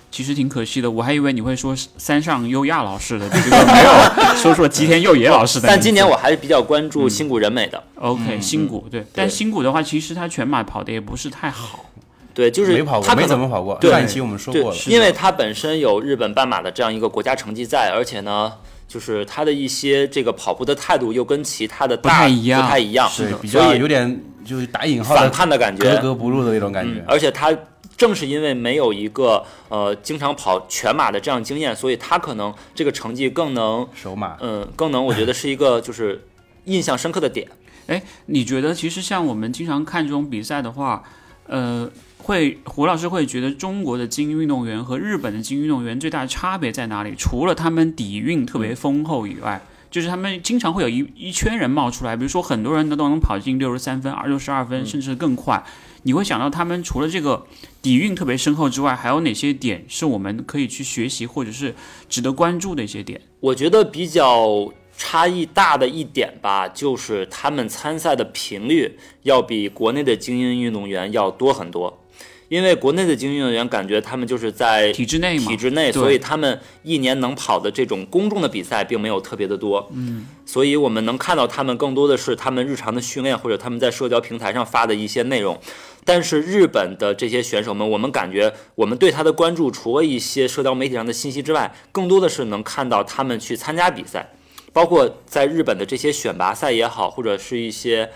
其实挺可惜的，我还以为你会说三上优亚老师的，结果没有说说吉田佑也老师的名字。
但今年我还是比较关
嗯
注新谷仁美的，
OK 新谷对，但新谷的话，其实他全马跑的也不是太好。
对，就是
没跑过，
他可
没
能
怎么跑过。
对
上一期我们说
对
过了，，
因为他本身有日本半马的这样一个国家成绩在，而且呢，就是他的一些这个跑步的态度又跟其他的大
不太一样
不太一样，
对比
所
较
以
有点就是打引号
反
的
叛的感觉，嗯
格格不入的那种感觉。
而且他正是因为没有一个呃经常跑全马的这样经验，所以他可能这个成绩更能
首马，
嗯、更能我觉得是一个就是印象深刻的点。
哎，你觉得其实像我们经常看这种比赛的话，呃，会胡老师会觉得中国的精英运动员和日本的精英运动员最大的差别在哪里？除了他们底蕴特别丰厚以外。就是他们经常会有一一圈人冒出来，比如说很多人都都能跑进六十三分、二六十二分，甚至更快。你会想到他们除了这个底蕴特别深厚之外，还有哪些点是我们可以去学习或者是值得关注的一些点？
我觉得比较差异大的一点吧，就是他们参赛的频率要比国内的精英运动员要多很多。因为国内的精英运动员感觉他们就是在
体制内嘛，
体制内，
对
所以他们一年能跑的这种公众的比赛并没有特别的多。嗯，所以我们能看到他们更多的是他们日常的训练或者他们在社交平台上发的一些内容。但是日本的这些选手们，我们感觉我们对他的关注，除了一些社交媒体上的信息之外，更多的是能看到他们去参加比赛，包括在日本的这些选拔赛也好，或者是一些。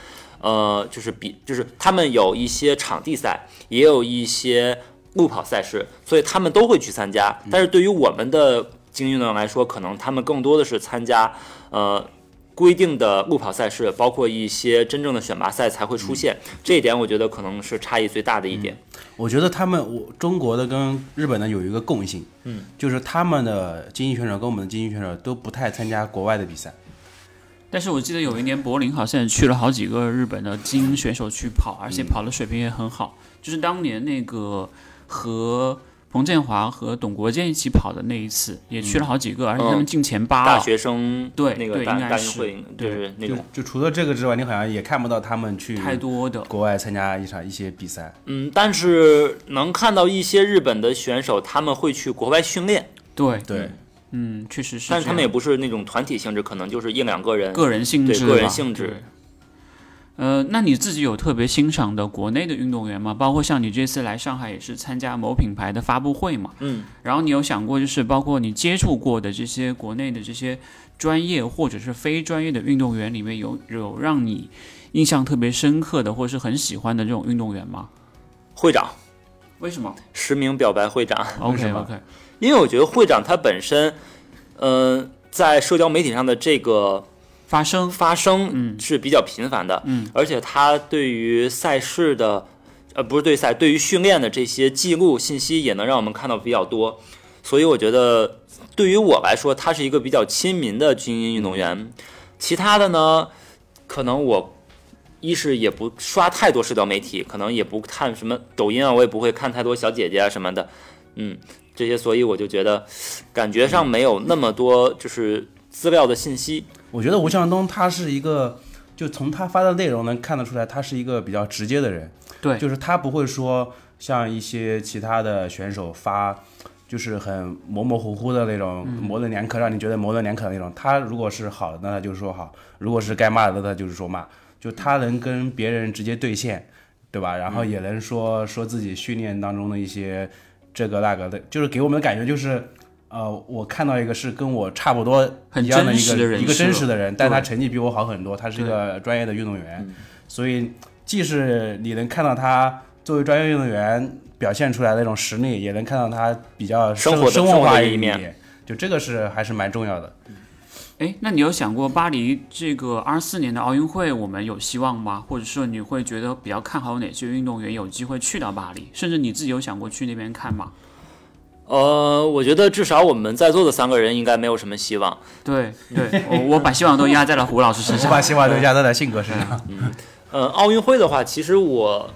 呃，就是比，就是他们有一些场地赛，也有一些路跑赛事，所以他们都会去参加。
嗯
但是对于我们的精英运动员来说，可能他们更多的是参加呃规定的路跑赛事，包括一些真正的选拔赛才会
嗯
出现。这一点我觉得可能是差异最大的一点。
我觉得他们我中国的跟日本的有一个共性，嗯，就是他们的精英选手跟我们的精英选手都不太参加国外的比赛，
但是我记得有一年柏林好像也去了好几个日本的精英选手去跑，而且跑的水平也很好。就是当年那个和彭建华和董国建一起跑的那一次，也去了好几个，而且他们进前八
哦大
了
学生
啊对
那个
对
大
应该
大运
是
会就
对
是那
就
种
就除了这个之外，你好像也看不到他们去
太多的。
国外参加一场一些比赛。
嗯，但是能看到一些日本的选手他们会去国外训练，
对，
对，
嗯，确实是这样。
但是他们也不是那种团体性质，可能就是一两个人。
个人性
对
质吧，
个人性质
对。呃，那你自己有特别欣赏的国内的运动员吗？包括像你这次来上海也是参加某品牌的发布会嘛？
嗯。
然后你有想过，就是包括你接触过的这些国内的这些专业或者是非专业的运动员里面有，有让你印象特别深刻的，或者是很喜欢的这种运动员吗？
会长，
为什么
实名表白会长，
什
？OK
么
OK，
因为我觉得会长他本身，嗯、在社交媒体上的这个
发声
发声是比较频繁的，嗯，而且他对于赛事的，呃，不是对赛，对于训练的这些记录信息也能让我们看到比较多，所以我觉得对于我来说，他是一个比较亲民的精英运动员。其他的呢，可能我一是也不刷太多社交媒体，可能也不看什么抖音啊，我也不会看太多小姐姐啊什么的，嗯，这些，所以我就觉得感觉上没有那么多就是资料的信息。
我觉得吴向东他是一个，就从他发的内容能看得出来，他是一个比较直接的人。
对
就是他不会说像一些其他的选手发，就是很模模糊糊的那种，
嗯
模棱两可，让你觉得模棱两可的那种。他如果是好的，那他就是说好；如果是该骂的，那他就是说骂。就他能跟别人直接对线，对吧？然后
嗯
也能说说自己训练当中的一些这个那个的，就是给我们的感觉就是。呃，我看到一个是跟我差不多
很
一样的
真
一
实的
个
人
一个
设
真实的人，但他
对嗯
成绩比我好很多，他是一个专业的运动员，所以既是你能看到他作为专业运动员表现出来的那种实力，也能看到他比较
生活的
生活
生活
化
的一
一
面
点，就这个是还是蛮重要的。
哎，那你有想过巴黎这个二四年的奥运会，我们有希望吗？或者说你会觉得比较看好哪些运动员有机会去到巴黎？甚至你自己有想过去那边看吗？
呃，我觉得至少我们在座的三个人应该没有什么希望。
对 对，我我把希望都压在了胡老师身
我
上。
把希望都压在了性格身上，
呃，奥运会的话，其实我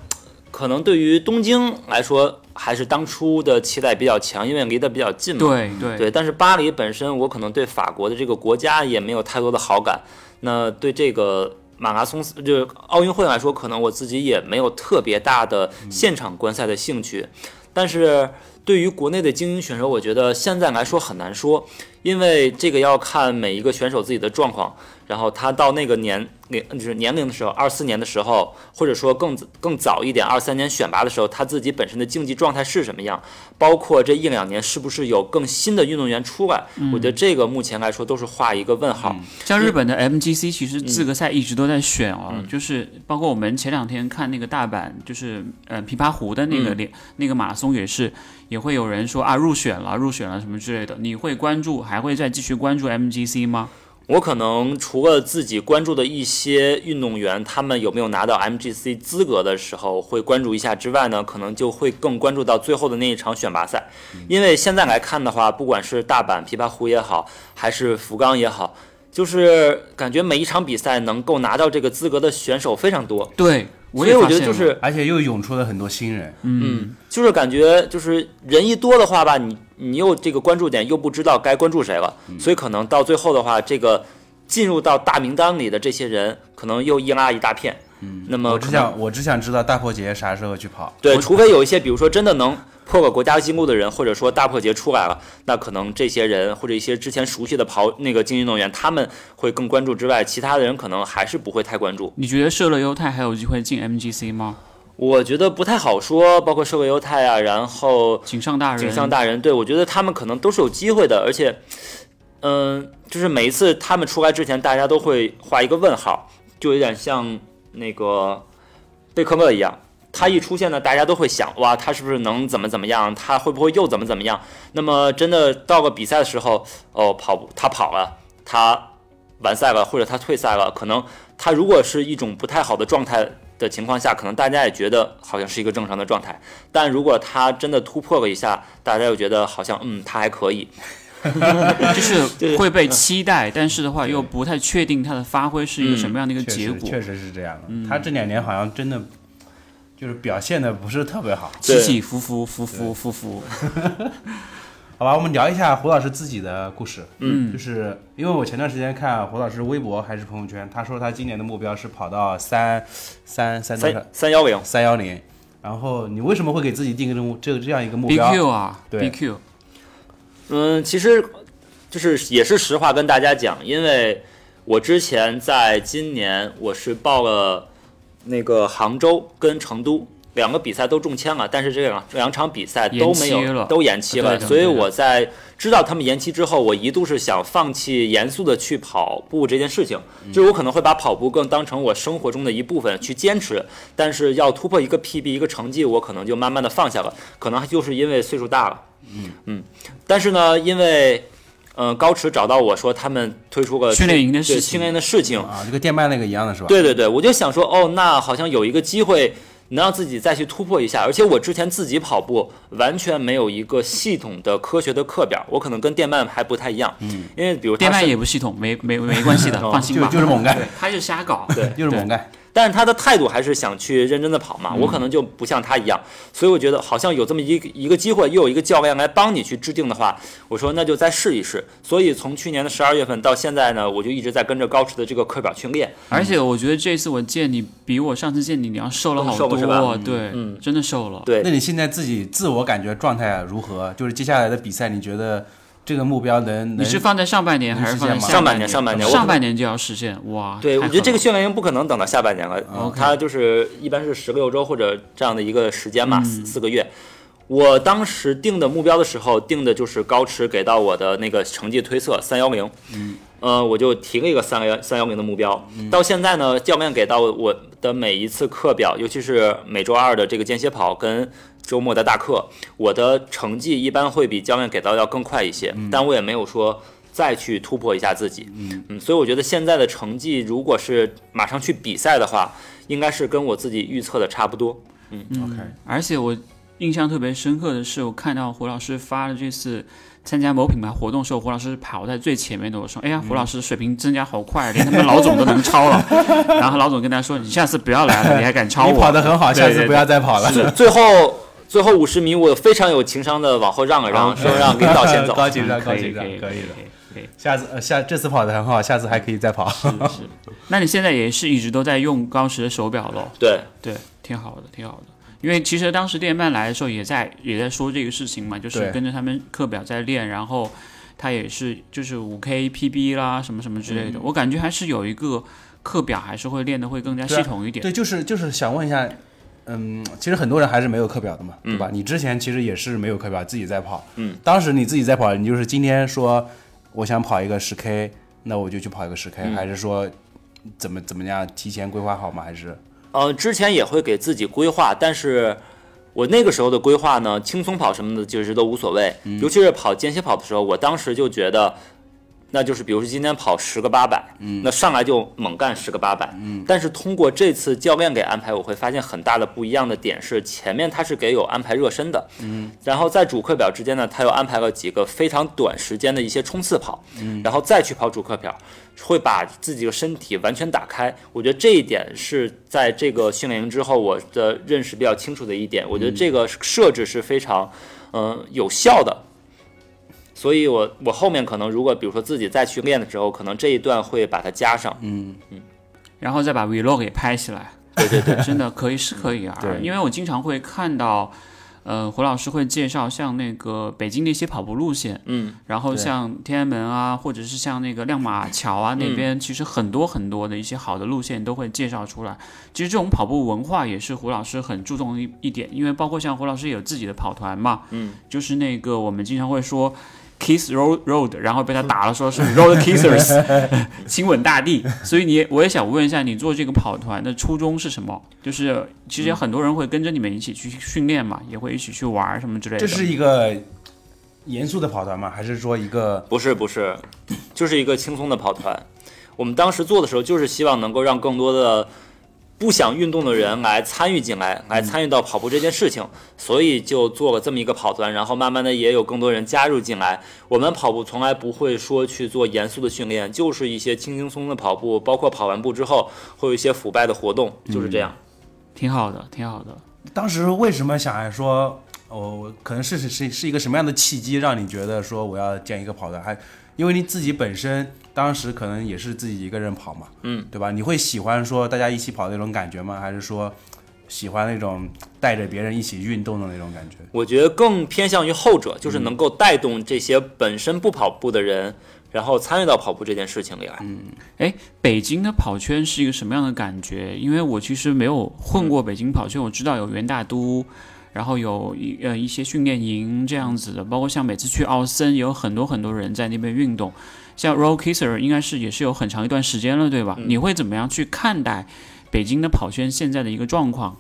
可能对于东京来说，还是当初的期待比较强，因为离得比较近嘛。
对对
对，但是巴黎本身，我可能对法国的这个国家也没有太多的好感。那对这个马拉松，就是奥运会来说，可能我自己也没有特别大的现场观赛的兴趣。但是对于国内的精英选手，我觉得现在来说很难说，因为这个要看每一个选手自己的状况。然后他到那个年年就是年龄的时候，二四年的时候，或者说更更早一点，二三年选拔的时候，他自己本身的竞技状态是什么样，包括这一两年是不是有更新的运动员出来，
嗯
我觉得这个目前来说都是画一个问号。
像日本的 MGC 其
嗯
实资格赛一直都在选哦，就是包括我们前两天看那个大阪，就是呃琵琶湖的那
嗯
个联、那个马拉松也是，也会有人说啊入选了入选了什么之类的。你会关注，还会再继续关注 MGC 吗？
我可能除了自己关注的一些运动员，他们有没有拿到 MGC 资格的时候会关注一下之外呢，可能就会更关注到最后的那一场选拔赛，
嗯
因为现在来看的话，不管是大阪琵琶湖也好，还是福冈也好，就是感觉每一场比赛能够拿到这个资格的选手非常多，
对，我
所
也
以我
发
觉得
现
就
了
是
而且又涌出了很多新人。
嗯，就是感觉就是人一多的话吧，你你又这个关注点又不知道该关注谁了，所以可能到最后的话，这个进入到大名单里的这些人，可能又一拉一大片。那么
我只
可能
想我只想知道大破节啥时候去跑。
对，除非有一些，比如说真的能破个国家记录的人，或者说大破节出来了，那可能这些人或者一些之前熟悉的跑那个精英运动员，他们会更关注之外，其他的人可能还是不会太关注。
你觉得射了犹太还有机会进 MGC 吗？
我觉得不太好说，包括社会犹太啊，然后
井上大人，
景象大人，对我觉得他们可能都是有机会的，而且，嗯、就是每一次他们出来之前，大家都会画一个问号，就有点像那个贝克勒一样。他一出现呢，大家都会想，哇，他是不是能怎么怎么样？他会不会又怎么怎么样？那么真的到了比赛的时候，哦，跑步他跑了，他完赛了，或者他退赛了，可能他如果是一种不太好的状态的情况下，可能大家也觉得好像是一个正常的状态。但如果他真的突破了一下，大家又觉得好像嗯，他还可以。
就是会被期待，但是的话又不太确定他的发挥是一个什么样的一个
确
结
实
果。
确实是这样的。
嗯
他这两年好像真的就是表现的不是特别好。
起起伏伏，伏伏伏伏。
好吧，我们聊一下胡老师自己的故事。嗯，就是因为我前段时间看胡老师微博还是朋友圈，他说他今年的目标是跑到三三三多少
三三幺零，
三幺零。然后你为什么会给自己定这个这这样一个目标？
BQ 啊
对
，BQ，
嗯，其实就是也是实话跟大家讲，因为我之前在今年我是报了那个杭州跟成都两个比赛都中签了，但是这两两场比赛都没
延期了
有都延期了，
对的
所以
对的
我在知道他们延期之后，我一度是想放弃严肃的去跑步这件事情，
嗯
就是我可能会把跑步更当成我生活中的一部分去坚持，但是要突破一个 PB 一个成绩，我可能就慢慢的放下了，可能就是因为岁数大了。
嗯
嗯但是呢，因为嗯、呃高驰找到我说他们推出个
训练营的事情
对呃训练营的事情，
啊，就跟电麦那个一样的是吧？
对对对，我就想说，哦，那好像有一个机会能让自己再去突破一下。而且我之前自己跑步完全没有一个系统的科学的课表，我可能跟电鳗还不太一样，嗯，因为比如
电
它
麦
是
也不系统，没没没关系的，
哦
放心
就
吧。
就是猛干，
他就瞎搞。
对
就是猛干。
但是他的态度还是想去认真的跑嘛，我可能就不像他一样，所以我觉得好像有这么一个一个机会，又有一个教练来帮你去制定的话，我说那就再试一试。所以从去年的十二月份到现在呢，我就一直在跟着高驰的这个课表去练。
而且我觉得这次我见你比我上次见你你要瘦了好
更瘦了是吧
多，
嗯
对，
嗯
真的瘦了。
对
那，你现在自己自我感觉状态啊如何？就是接下来的比赛，你觉得这个目标能
你
能
是放在上半年
能
还是放在
实现吗
上
半
半年上半年我
上半年就要实现哇！
对，
啊太
我觉
狠
得这个
了
训练营不可能等到下半年了，它就是一般是十六周或者这样的一个时间
嗯
嘛，四四个月。我当时定的目标的时候，定的就是高驰给到我的那个成绩推测三幺零，
嗯
呃，我就提了一个三幺三幺零的目标。到现在呢，教练给到我的每一次课表，尤其是每周二的这个间歇跑跟周末的大课，我的成绩一般会比教练给到要更快一些，
嗯
但我也没有说再去突破一下自己。嗯，所以我觉得现在的成绩，如果是马上去比赛的话，应该是跟我自己预测的差不多。
OK？
而且我印象特别深刻的是，我看到胡老师发了这次参加某品牌活动的时候，胡老师跑在最前面的。我说：“哎
嗯
呀，胡老师水平增加好快， 连他们老总都能超了。”然后老总跟他说：“你下次不要来了，你还敢超
你跑
我
得很好，
对
下次
对
不要再跑了。
是最后最后五十米，我非常有情商的往后让了让，说让领导 先 走。
高？”情商，高
可
情
以，
商
嗯可以，，
可以的
的。，可以。
下次呃下这次跑得很好，下次还可以再跑。
是是。那你现在也是一直都在用高驰的手表喽？
对，
对，挺好的，挺好的。因为其实当时电鳗来的时候，也在也在说这个事情嘛，就是
对
跟着他们课表在练，然后他也是就是五 K PB 啦，什么什么之
嗯
类的。我感觉还是有一个课表，还是会练得会更加
对啊
系统一点。
对，就是就是想问一下，嗯，其实很多人还是没有课表的嘛，对吧？你之前其实也是没有课表，自己在跑。
嗯，
当时你自己在跑，你就是今天说我想跑一个十 K，那我就去跑一个十 K，、还是说怎么怎么样提前规划好吗？还是
呃，之前也会给自己规划，但是我那个时候的规划呢，轻松跑什么的，其实都无所谓。尤其是跑间歇跑的时候，我当时就觉得，那就是比如说今天跑十个八百，那上来就猛干十个八百，但是通过这次教练给安排，我会发现很大的不一样的点是，前面他是给有安排热身的，然后在主课表之间呢，他又安排了几个非常短时间的一些冲刺跑，然后再去跑主课表，会把自己的身体完全打开。我觉得这一点是在这个训练营之后我的认识比较清楚的一点。我觉得这个设置是非常，嗯、有效的。所以我我后面可能如果比如说自己再去练的时候，可能这一段会把它加上。
然后再把 vlog 给拍起来，
对对对，
真的可以是可以啊，
对
因为我经常会看到，呃，胡老师会介绍像那个北京的一些跑步路线，
嗯，
然后
对
像天安门啊，或者是像那个亮马桥
嗯
啊那边，其实很多很多的一些好的路线都会介绍出来。其实这种跑步文化也是胡老师很注重的一一点，因为包括像胡老师有自己的跑团嘛，嗯，就是那个我们经常会说。Kiss Road Road，然后被他打了，说是 Road Kissers，亲 吻大地。所以你也，我也想问一下，你做这个跑团的初衷是什么？就是其
嗯
实有很多人会跟着你们一起去训练嘛，也会一起去玩儿什么之类
这
的。
是一个严肃的跑团吗？还是说一个
不是不是，就是一个轻松的跑团。我们当时做的时候，就是希望能够让更多的不想运动的人来参与进来，来参与到跑步这件事情，所以就做了这么一个跑团，然后慢慢的也有更多人加入进来。我们跑步从来不会说去做严肃的训练，就是一些轻轻松松的跑步，包括跑完步之后会有一些腐败的活动，就是这样。
挺好的，挺好的。
当时为什么想说，哦，我可能是是是是一个什么样的契机让你觉得说我要建一个跑团？还因为你自己本身当时可能也是自己一个人跑嘛，
嗯，
对吧？你会喜欢说大家一起跑的那种感觉吗？还是说喜欢那种带着别人一起运动的那种感觉？
我觉得更偏向于后者，就是能够带动这些本身不跑步的人，然后参与到跑步这件事情里来。
北京的跑圈是一个什么样的感觉？因为我其实没有混过北京跑圈，我知道有元大都，然后有一呃一些训练营这样子的，包括像每次去奥森，也有很多很多人在那边运动。像 Roll Kisser 应该是也是有很长一段时间了，对吧？
嗯
你会怎么样去看待北京的跑圈现在的一个状况？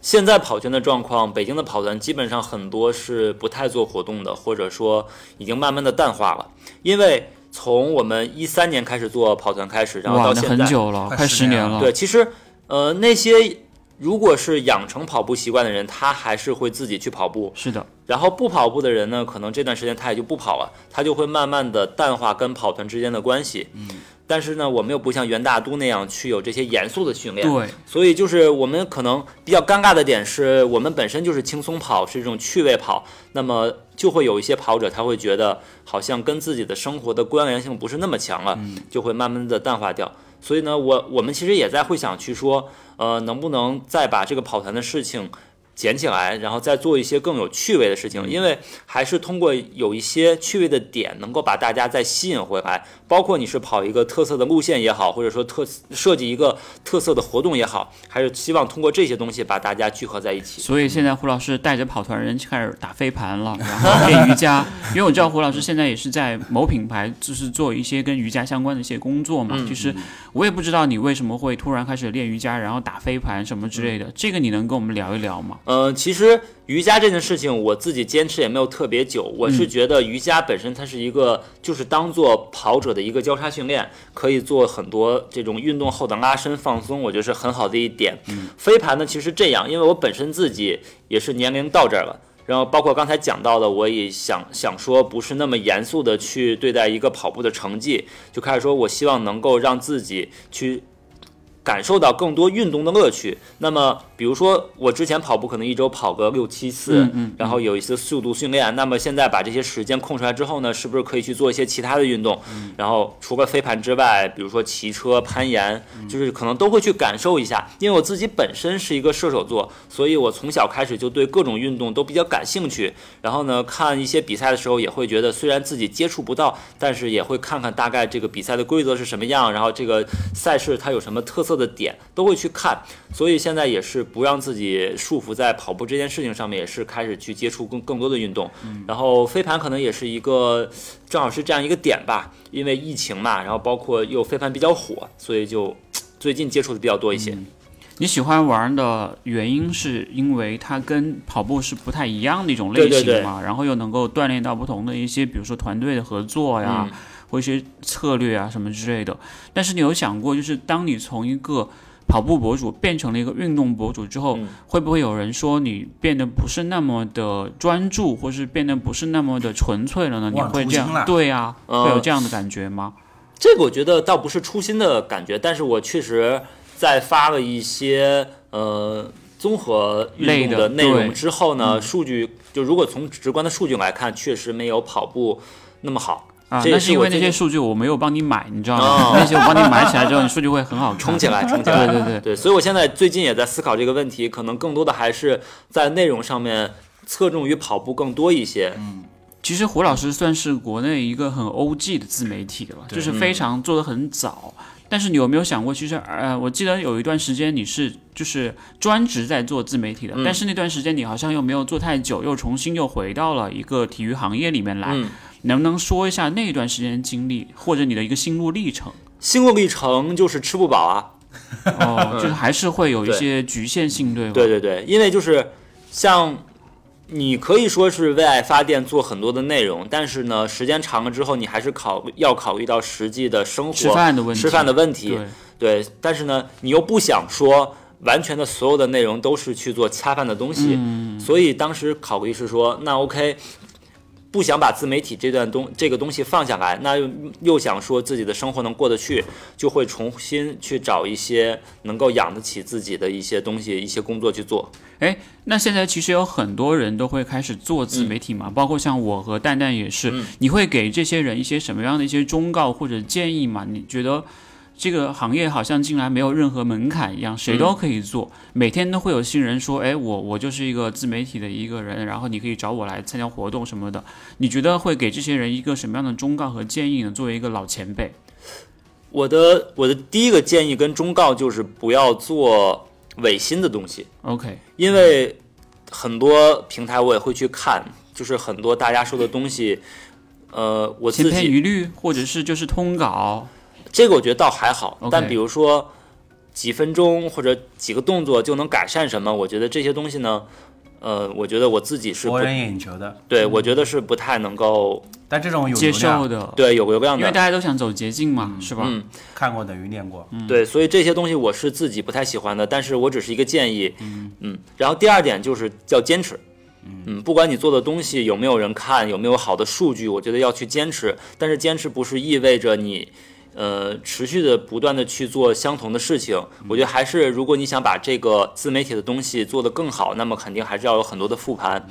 现在跑圈的状况，北京的跑团基本上很多是不太做活动的，或者说已经慢慢的淡化了。因为从我们一三年开始做跑团开始，然后
哇，
到
那
现
很
在，
久啊了，
快
快
十
十
年
年
了
了。
对，其实呃那些如果是养成跑步习惯的人，他还是会自己去跑步。
是的，
然后不跑步的人呢，可能这段时间他也就不跑了，他就会慢慢的淡化跟跑团之间的关系。嗯，但是呢，我们又不像袁大都那样去有这些严肃的训练。
对，
所以就是我们可能比较尴尬的点是，我们本身就是轻松跑，是一种趣味跑，那么就会有一些跑者他会觉得好像跟自己的生活的关联性不是那么强了，就会慢慢的淡化掉。所以呢，我我们其实也在会想去说，呃，能不能再把这个跑团的事情捡起来，然后再做一些更有趣味的事情，因为还是通过有一些趣味的点，能够把大家再吸引回来。包括你是跑一个特色的路线也好，或者说特设计一个特色的活动也好，还是希望通过这些东西把大家聚合在一起。
所以现在胡老师带着跑团人开始打飞盘了，然后练瑜伽，因为我知道胡老师现在也是在某品牌，就是做一些跟瑜伽相关的一些工作嘛。其实我也不知道你为什么会突然开始练瑜伽，然后打飞盘什么之类的，这个你能跟我们聊一聊吗？
嗯、其实瑜伽这件事情，我自己坚持也没有特别久。我是觉得瑜伽本身它是一个，就是当做跑者的一个交叉训练，可以做很多这种运动后的拉伸放松，我觉得是很好的一点。飞盘呢，其实这样，因为我本身自己也是年龄到这儿了。然后包括刚才讲到的，我也想想说，不是那么严肃的去对待一个跑步的成绩，就开始说我希望能够让自己去感受到更多运动的乐趣。那么，比如说我之前跑步可能一周跑个六七次，
嗯嗯
然后有一些速度训练。那么现在把这些时间空出来之后呢，是不是可以去做一些其他的运动？
嗯
然后除了飞盘之外，比如说骑车、攀岩，
嗯
就是可能都会去感受一下。因为我自己本身是一个射手座，所以我从小开始就对各种运动都比较感兴趣。然后呢，看一些比赛的时候，也会觉得虽然自己接触不到，但是也会看看大概这个比赛的规则是什么样，然后这个赛事它有什么特色的点，都会去看。所以现在也是不让自己束缚在跑步这件事情上面，也是开始去接触更更多的运动。然后飞盘可能也是一个正好是这样一个点吧，因为疫情嘛，然后包括又飞盘比较火，所以就最近接触的比较多一些。
你喜欢玩的原因是因为它跟跑步是不太一样的一种类
对对
型嘛，然后又能够锻炼到不同的一些，比如说团队的合作呀，
嗯
或一些策略啊什么之类的。但是你有想过，就是当你从一个跑步博主变成了一个运动博主之后，
嗯
会不会有人说你变得不是那么的专注，或是变得不是那么的纯粹了呢？你
忘
会
初
这
心了
样对啊，
呃
会有这样的感觉吗？
这个我觉得倒不是初心的感觉，但是我确实在发了一些呃综合运动的内
类的
容
对嗯
之后呢，数据就如果从直观的数据来看，确实没有跑步那么好。
啊，
这也
那
是
因
我
为那
最近
些数据我没有帮你买，你知道吗
哦？
那些我帮你买起来之后，你数据会很好看。
冲 起来，冲起来。
对对对
所以我现在最近也在思考这个问题，可能更多的还是在内容上面侧重于跑步更多一些。
嗯其实胡老师算是国内一个很 OG 的自媒体了，就是非常做的很早。但是你有没有想过，其实呃，我记得有一段时间你是就是专职在做自媒体的，但是那段时间你好像又没有做太久，又重新又回到了一个体育行业里面来。
嗯
能不能说一下那一段时间的经历，或者你的一个心路历程？
心路历程就是吃不饱啊，
哦，就是还是会有一些局限性，对吧？
对对对，因为就是像你可以说是为爱发电，做很多的内容，但是呢，时间长了之后，你还是考要考虑到实际的生活、
吃饭的问题，
吃饭的问题。
对，
对，但是呢，你又不想说完全的所有的内容都是去做恰饭的东西，所以当时考虑是说，那 OK，不想把自媒体这段东这个东西放下来，那又又想说自己的生活能过得去，就会重新去找一些能够养得起自己的一些东西、一些工作去做。
哎，那现在其实有很多人都会开始做自
嗯
媒体嘛，包括像我和蛋蛋也是。你会给这些人一些什么样的一些忠告或者建议吗？你觉得这个行业好像进来没有任何门槛一样，谁
嗯
都可以做，每天都会有新人说：“哎，我我就是一个自媒体的一个人，然后你可以找我来参加活动什么的。”你觉得会给这些人一个什么样的忠告和建议呢？作为一个老前辈，
我的我的第一个建议跟忠告就是不要做违心的东西。
OK，
因为很多平台我也会去看，就是很多大家说的东西，呃，我
千
自
篇
己
一律，或者是就是通稿，
这个我觉得倒还好
OK
但比如说几分钟或者几个动作就能改善什么，我觉得这些东西呢，呃，我觉得我自己是不
博人眼球的。
对，我觉得是不太能够
但这种有
接
流
受
量，
的，
对有流量
因为
的，
大家都想走捷径嘛，是吧？
嗯，
看过等于练过。
对，所以这些东西我是自己不太喜欢的，但是我只是一个建议，嗯然后第二点就是要坚持，嗯，不管你做的东西有没有人看，有没有好的数据，我觉得要去坚持，但是坚持不是意味着你。呃，持续的不断的去做相同的事情，我觉得还是如果你想把这个自媒体的东西做得更好，那么肯定还是要有很多的复盘，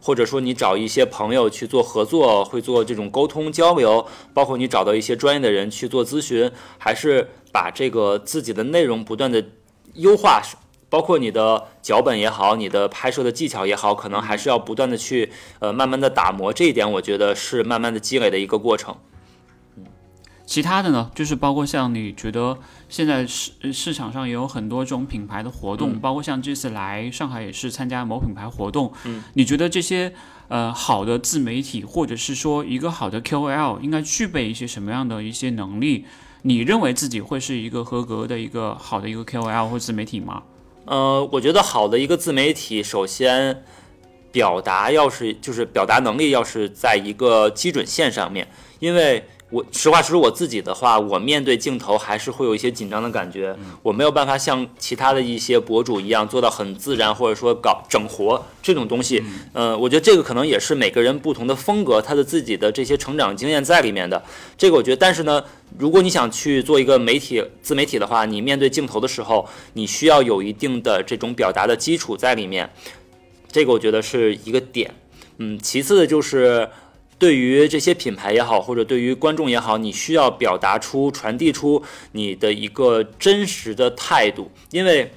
或者说你找一些朋友去做合作，会做这种沟通交流，包括你找到一些专业的人去做咨询，还是把这个自己的内容不断的优化，包括你的脚本也好，你的拍摄的技巧也好，可能还是要不断的去呃慢慢的打磨，这一点我觉得是慢慢的积累的一个过程。
其他的呢，就是包括像你觉得现在市呃市场上也有很多这种品牌的活动，包括像这次来上海也是参加某品牌活动，嗯，你觉得这些呃好的自媒体或者是说一个好的 KOL 应该具备一些什么样的一些能力？你认为自己会是一个合格的一个好的一个 KOL 或自媒体吗？
呃，我觉得好的一个自媒体，首先表达要是就是表达能力要是在一个基准线上面，因为我实话实说我自己的话，我面对镜头还是会有一些紧张的感觉，我没有办法像其他的一些博主一样做到很自然，或者说搞整活这种东西。嗯、呃，我觉得这个可能也是每个人不同的风格，他的自己的这些成长经验在里面的。这个我觉得，但是呢，如果你想去做一个媒体自媒体的话，你面对镜头的时候，你需要有一定的这种表达的基础在里面，这个我觉得是一个点。嗯，其次的就是对于这些品牌也好，或者对于观众也好，你需要表达出、传递出你的一个真实的态度，因为。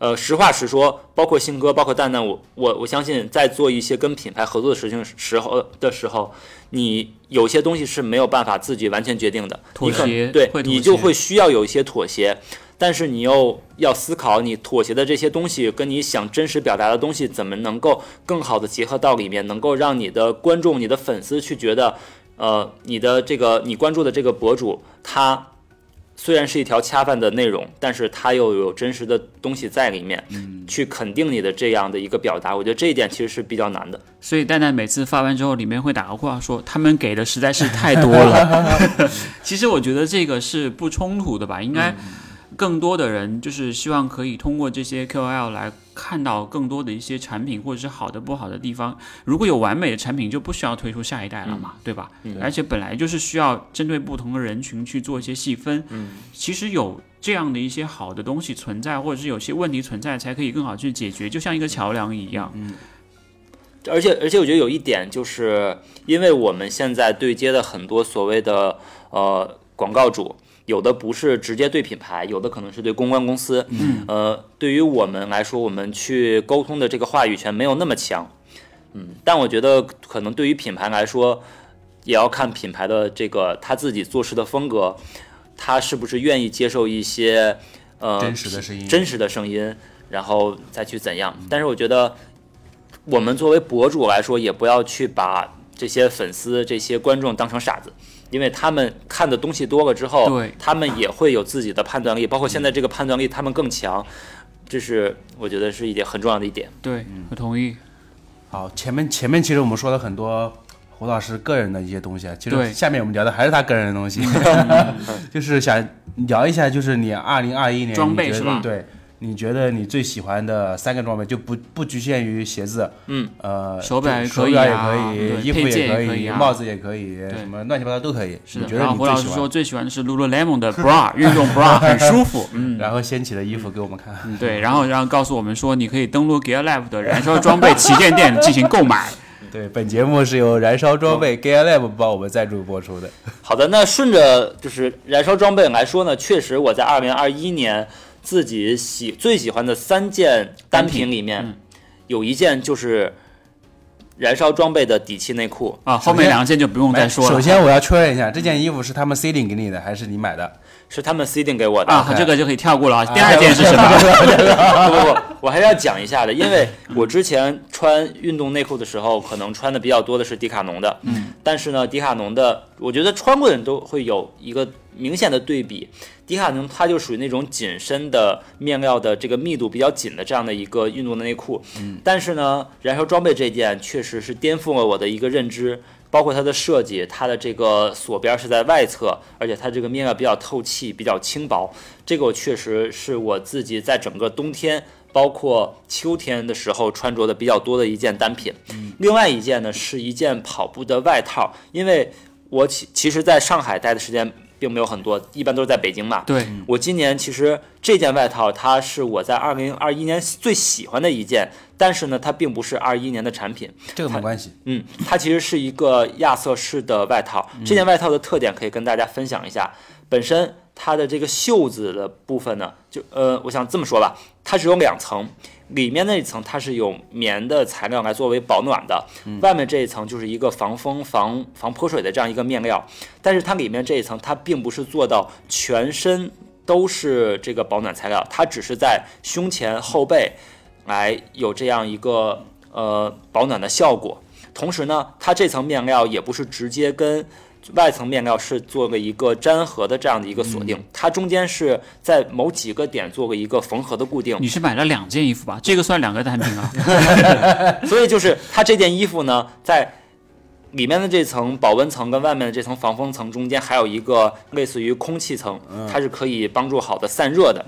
呃，实话实说，包括信哥，包括蛋蛋，我我我相信，在做一些跟品牌合作的事情时候的时候，你有些东西是没有办法自己完全决定的，
妥协
你可对
会，妥
你就
协
会需要有一些妥协，但是你又要思考，你妥协的这些东西跟你想真实表达的东西，怎么能够更好的结合到里面，能够让你的观众、你的粉丝去觉得，呃，你的这个你关注的这个博主，他虽然是一条恰饭的内容，但是他又有真实的东西在里面，去肯定你的这样的一个表达，我觉得这一点其实是比较难的。
所以蛋蛋每次发完之后，里面会打个话说他们给的实在是太多了。其实我觉得这个是不冲突的吧，应该更多的人就是希望可以通过这些 KOL 来看到更多的一些产品或者是好的不好的地方。如果有完美的产品，就不需要推出下一代了嘛，对吧？而且本来就是需要针对不同的人群去做一些细分。嗯，其实有这样的一些好的东西存在，或者是有些问题存在，才可以更好去解决，就像一个桥梁一样。
而且而且我觉得有一点就是，因为我们现在对接的很多所谓的呃广告主，有的不是直接对品牌，有的可能是对公关公司。嗯，呃，对于我们来说，我们去沟通的这个话语权没有那么强。嗯，但我觉得可能对于品牌来说，也要看品牌的这个他自己做事的风格，他是不是愿意接受一些呃
真实的声音
真实的声音，然后再去怎样。但是我觉得，我们作为博主来说，也不要去把这些粉丝、这些观众当成傻子。因为他们看的东西多了之后
对，
他们也会有自己的判断力，包括现在这个判断力，他们更强，这是我觉得是一点很重要的一点。
对，我同意。
好，前面前面其实我们说了很多胡老师个人的一些东西啊，其
对
实下面我们聊的还是他个人的 东西， 就是想聊一下，就是你二零二一年
装备
你觉得
是吧
对，你觉得你最喜欢的三个装备就不不局限于鞋子，
嗯，
呃，
手表也
手
可以
表也
啊
可
对
以，衣服
配件也
可
可以啊
帽子也可以，
对
什么乱七八糟都可以。
是
你
的，
觉得
然后
你
胡
最
老
喜
师
欢？
说最喜欢的是 lululemon 的 bra，运 动 bra 很舒服。嗯，
然后掀起的衣服给我们看，
对，然后然后告诉我们说，你可以登录 Gear Lab 的燃烧装备旗舰店进行购买。
对，本节目是由燃烧装备 Gear Lab 帮我们赞助播出的。
好的，那顺着就是燃烧装备来说呢，确实我在二零二一年自己喜最喜欢的三件单品里面，有一件就是燃烧装备的底气内裤，
啊，后面两件就不用再说了。
哎首先我要确认一下，这件衣服是他们 C 领给你的，还是你买的？
是他们 C 定给我的。
啊，这个就可以跳过了啊。第二件是什么？
不不不，我还是要讲一下的，因为我之前穿运动内裤的时候，可能穿的比较多的是迪卡侬的，嗯，但是呢，迪卡侬的，我觉得穿过的人都会有一个明显的对比，迪卡侬它就属于那种紧身的面料的这个密度比较紧的这样的一个运动的内裤，嗯，但是呢，燃烧装备这件确实是颠覆了我的一个认知。包括它的设计，它的这个锁边是在外侧，而且它这个面料比较透气，比较轻薄，这个我确实是我自己在整个冬天，包括秋天的时候穿着的比较多的一件单品。另外一件呢是一件跑步的外套，因为我其其实在上海待的时间并没有很多，一般都是在北京嘛。
对，
嗯
我今年其实这件外套它是我在二零二一年最喜欢的一件，但是呢它并不是二一年的产品，
这个没关系，
嗯，它其实是一个亚瑟士的外套。这件外套的特点可以跟大家分享一下。本身它的这个袖子的部分呢，就呃，我想这么说吧，它只有两层，里面那一层它是用棉的材料来作为保暖的，外面这一层就是一个防风、防防泼水的这样一个面料。但是它里面这一层，它并不是做到全身都是这个保暖材料，它只是在胸前、后背来有这样一个呃保暖的效果。同时呢，它这层面料也不是直接跟外层面料是做了一个粘合的这样的一个锁定，它中间是在某几个点做了一个缝合的固定。
你是买了两件衣服吧？这个算两个单品 啊。
所以就是它这件衣服呢，在里面的这层保温层跟外面的这层防风层中间还有一个类似于空气层，它是可以帮助好的散热的。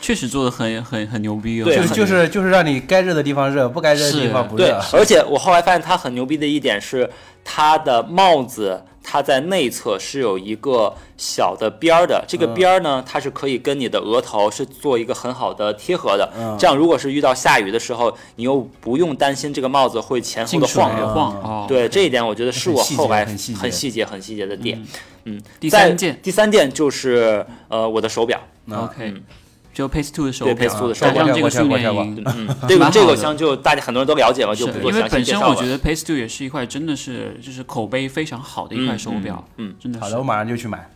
确实做的很很很牛逼哦。
对
就
很
是就是就是让你该热的地方热，不该热的
是
地方不
对
热。，
而且我后来发现它很牛逼的一点是，它的帽子它在内侧是有一个小的边儿的，这个边儿呢，它是可以跟你的额头是做一个很好的贴合的。这样如果是遇到下雨的时候，你又不用担心这个帽子会前后
进
的
水
晃
啊
悠。
晃哦。，
对这一点，我觉得是
很
我
细
后
节
来
很细节
很细节、很细节的点。
嗯第
在
三件
第三件就是呃我的手表，
嗯
，OK，就 Pace Two 的手
对
表啊
Pace Two 的手
加
表
上，这个
我跳
训
过
练
我跳过
营。
嗯，这个
蛮好的
这个像就大家很多人都了解了，就是不做
因为
详细
本
介
身
绍
我
了
觉。得 Pace Two 也是一块真的是就是口碑非常好的一块手表，
嗯嗯，
真的
好
是
的，我马上就去买。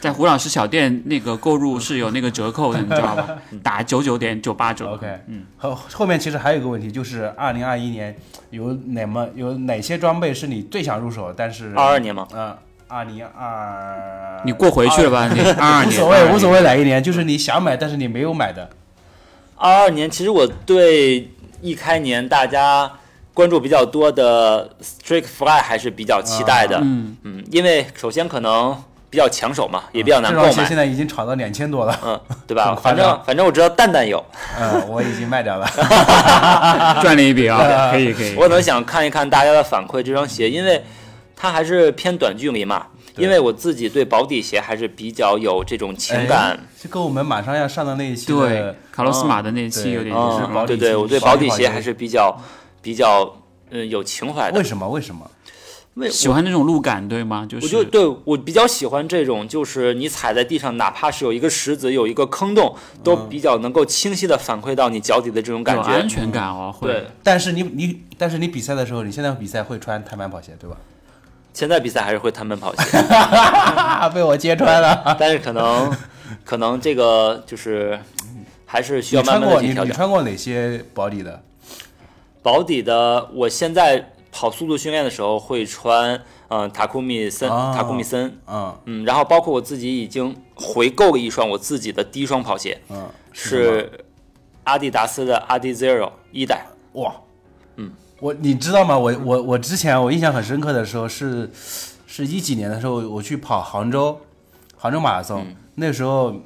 在胡老师小店那个购入是有那个折扣的，你知 道吧？打九九点九八折。
OK，嗯，后后面其实还有一个问题，就是二零二一年有哪么有哪些装备是你最想入手，但是
二二年吗？
嗯，二零二
你过回去了吧？你二二
无
年，
所谓
22
啊无所谓哪一年，就是你想买但是你没有买的。
二二年，其实我对一开年大家关注比较多的 Strict Fly 还是比较期待的。
嗯，
嗯，因为首先可能比较抢手嘛，也比较难
这
购
嗯
双鞋现在
买，
已经炒到两千多了，
嗯，对吧？
很夸
反
张
正反正我知道蛋蛋有，
嗯，我已经卖 掉了。
赚了一笔啊，可以可以。
我可能想看一看大家的反馈这双鞋，因为它还是偏短距离嘛。因为我自己对薄底鞋还是比较有这种情感，
哎就跟我们马上要上的那一期
对
的，
卡洛斯马的那期
对
有点
嗯
就
就是是薄底
嗯，对
鞋
对，我对
薄
薄
底
底
好
鞋
鞋
还是比较比较嗯有情怀的
为。什么？为什么？
为
喜欢那种路感，对吗？就
我
是
就对我比较喜欢这种，就是你踩在地上，哪怕是有一个石子、有一个坑洞，都
嗯
比较能够清晰的反馈到你脚底的这种感
有安
觉。
全感哦，会
对，
但是你你，但是你比赛的时候，你现在比赛会穿碳板跑鞋，对吧？
现在比赛还是会碳板跑 鞋，
啊，被我揭穿了。
但是可能可能这个就是还是需
你
要
穿
慢慢的
过
去
你
调
你
整。
穿过哪些保底的？
保底的，我现在跑速度训练的时候会穿，嗯，塔库米森，
啊
塔库米森，
嗯
嗯，然后包括我自己已经回购了一双我自己的第一双跑鞋，
嗯，什么
是阿迪达斯的阿迪 Zero 一代。
哇，嗯，我你知道吗？我我我之前我印象很深刻的时候是是一几年的时候，我去跑杭州杭州马拉松，那时候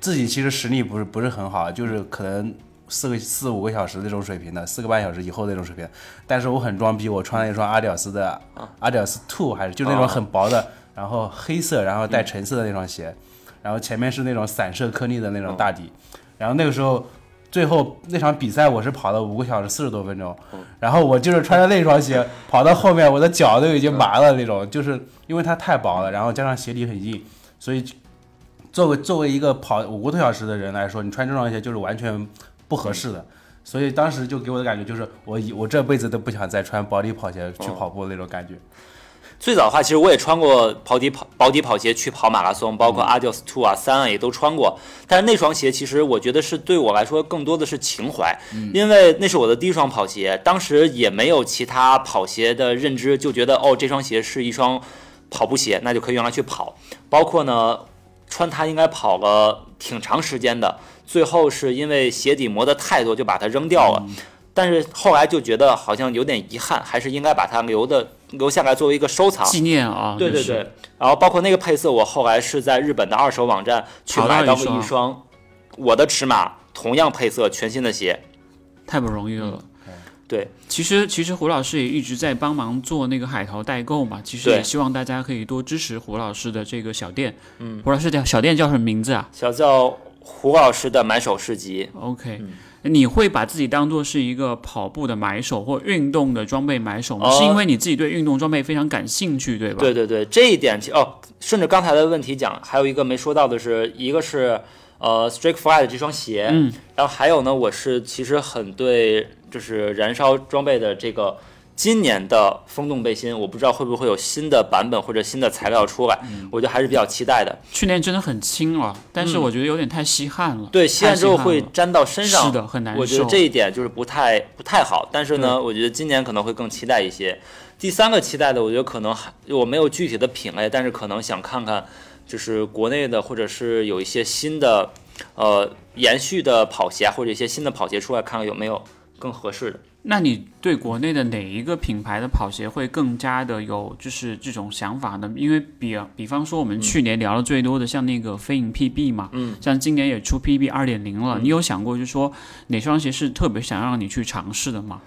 自己其实实力不是不是很好，就是可能四个四五个小时那种水平的，四个半小时以后那种水平。但是我很装逼，我穿了一双阿迪达斯的阿迪达斯 Two，还是就那种很薄的，然后黑色，然后带橙色的那双鞋，然后前面是那种散射颗粒的那种大底，然后那个时候。最后那场比赛我是跑了五个小时四十多分钟，
嗯
然后我就是穿着那双鞋 跑到后面，我的脚都已经麻了那种，就是因为它太薄了，然后加上鞋底很硬，所以作为作为一个跑五个多小时的人来说，你穿这双鞋就是完全不合适
嗯
的。所以当时就给我的感觉就是，我以我这辈子都不想再穿保底跑鞋去
嗯
跑步那种感觉。
最早的话，其实我也穿过跑底跑保底跑鞋去跑马拉松，包括
嗯
Adios Two 啊、三啊也都穿过。但是那双鞋其实我觉得是对我来说更多的是情怀，因为那是我的第一双跑鞋，当时也没有其他跑鞋的认知，就觉得哦这双鞋是一双跑步鞋，那就可以用来去跑。包括呢，穿它应该跑了挺长时间的，最后是因为鞋底磨的太多，就把它扔掉了。但是后来就觉得好像有点遗憾，还是应该把它留的留下来作为一个收藏。
纪念啊，
对
就
对
是
对，然后包括那个配色，我后来是在日本的二手网站去
淘到
买
一
到过
双
一双我的尺码同样配色全新的鞋。
太不容易了。
对，
其实，其实胡老师也一直在帮忙做那个海淘代购嘛。其实
对
也希望大家可以多支持胡老师的这个小店。嗯，胡老师的小店叫什么名字啊
小叫胡老师的买手市集，
？OK，、你
嗯
会把自己当做是一个跑步的买手或运动的装备买手吗？
哦
是因为你自己对运动装备非常感兴趣，对吧？
对对对，这一点其哦，顺着刚才的问题讲，还有一个没说到的是，一个是呃 Strike Fly 的这双鞋，
嗯，
然后还有呢，我是其实很对就是燃烧装备的这个。今年的风洞背心，我不知道会不会有新的版本或者新的材料出来，我觉得还是比较期待的。
去年真的很轻了，但是我觉得有点太稀罕了。
嗯对，
太
吸汗之后会
了
粘到身上，
是的，很难受。
我觉得这一点就是不太不太好。但是呢，我觉得今年可能会更期待一些。第三个期待的，我觉得可能还我没有具体的品类，但是可能想看看，就是国内的或者是有一些新的，呃，延续的跑鞋啊或者一些新的跑鞋出来，看看有没有更合适的。
那你对国内的哪一个品牌的跑鞋会更加的有就是这种想法呢？因为比比方说我
嗯
们去年聊的最多的像那个飞影 PB 嘛，嗯，像今年也出 PB 二点零
嗯
了，你有想过就说哪双鞋是特别想让你去尝试的吗？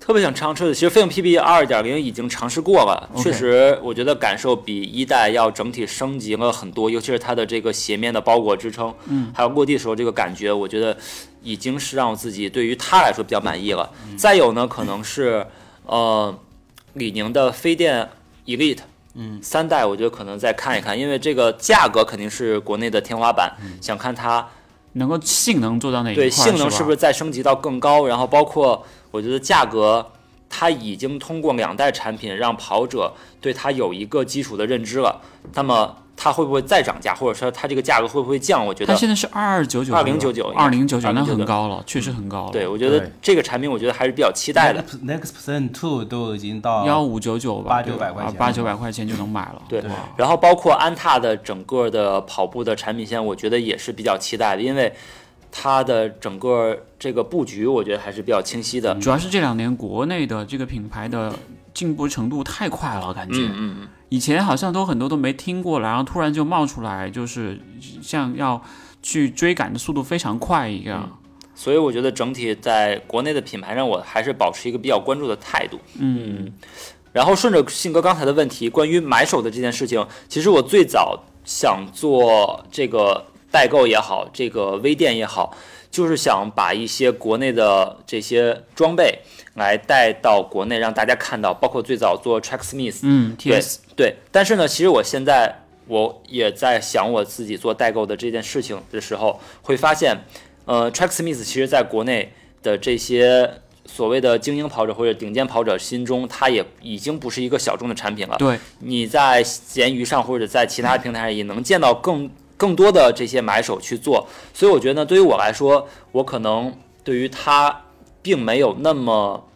特别想尝试的，其实飞影 PB 二点零已经尝试过了
OK
确实，我觉得感受比一代要整体升级了很多，尤其是它的这个鞋面的包裹支撑，嗯，还有落地时候这个感觉，我觉得已经是让我自己对于它来说比较满意了。再有呢，可能是呃，李宁的飞电 Elite。嗯，三代我觉得可能再看一看，因为这个价格肯定是国内的天花板，想看它
能够性能做到哪一块
对
儿？
性能
是
是不是再升级到更高？然后包括我觉得价格，它已经通过两代产品让跑者对它有一个基础的认知了。那么它会不会再涨价，或者说它这个价格会不会降？我觉
它
得，
现在是二二九九，
2099
二零九九，那
2099
很高了，确实很高了。
对我觉得
对
这个产品，我觉得还是比较期待
嗯
的。
Next Percent Two 都已经到
幺五九九吧，
嗯八九百块钱
八九百块钱就能买了。
对
哇，
然后包括安踏的整个的跑步的产品线，我觉得也是比较期待的，因为它的整个这个布局，我觉得还是比较清晰的。
主要是这两年国内的这个品牌的进步程度太快了，感觉。
嗯嗯嗯，
以前好像都很多都没听过了，然后突然就冒出来，就是像要去追赶的速度非常快一样。
所以我觉得整体在国内的品牌上，我还是保持一个比较关注的态度。
嗯，
然后顺着信哥刚才的问题，关于买手的这件事情，其实我最早想做这个代购也好，这个微店也好，就是想把一些国内的这些装备来带到国内，让大家看到，包括最早做 Tracksmith，
嗯
对
，TS，
对，但是呢，其实我现在我也在想我自己做代购的这件事情的时候，会发现，呃，Tracksmith 其实在国内的这些所谓的精英跑者或者顶尖跑者心中，它也已经不是一个小众的产品了。
对，
你在闲鱼上或者在其他平台上也能见到更更多的这些买手去做，所以我觉得呢，对于我来说，我可能对于它并没有那么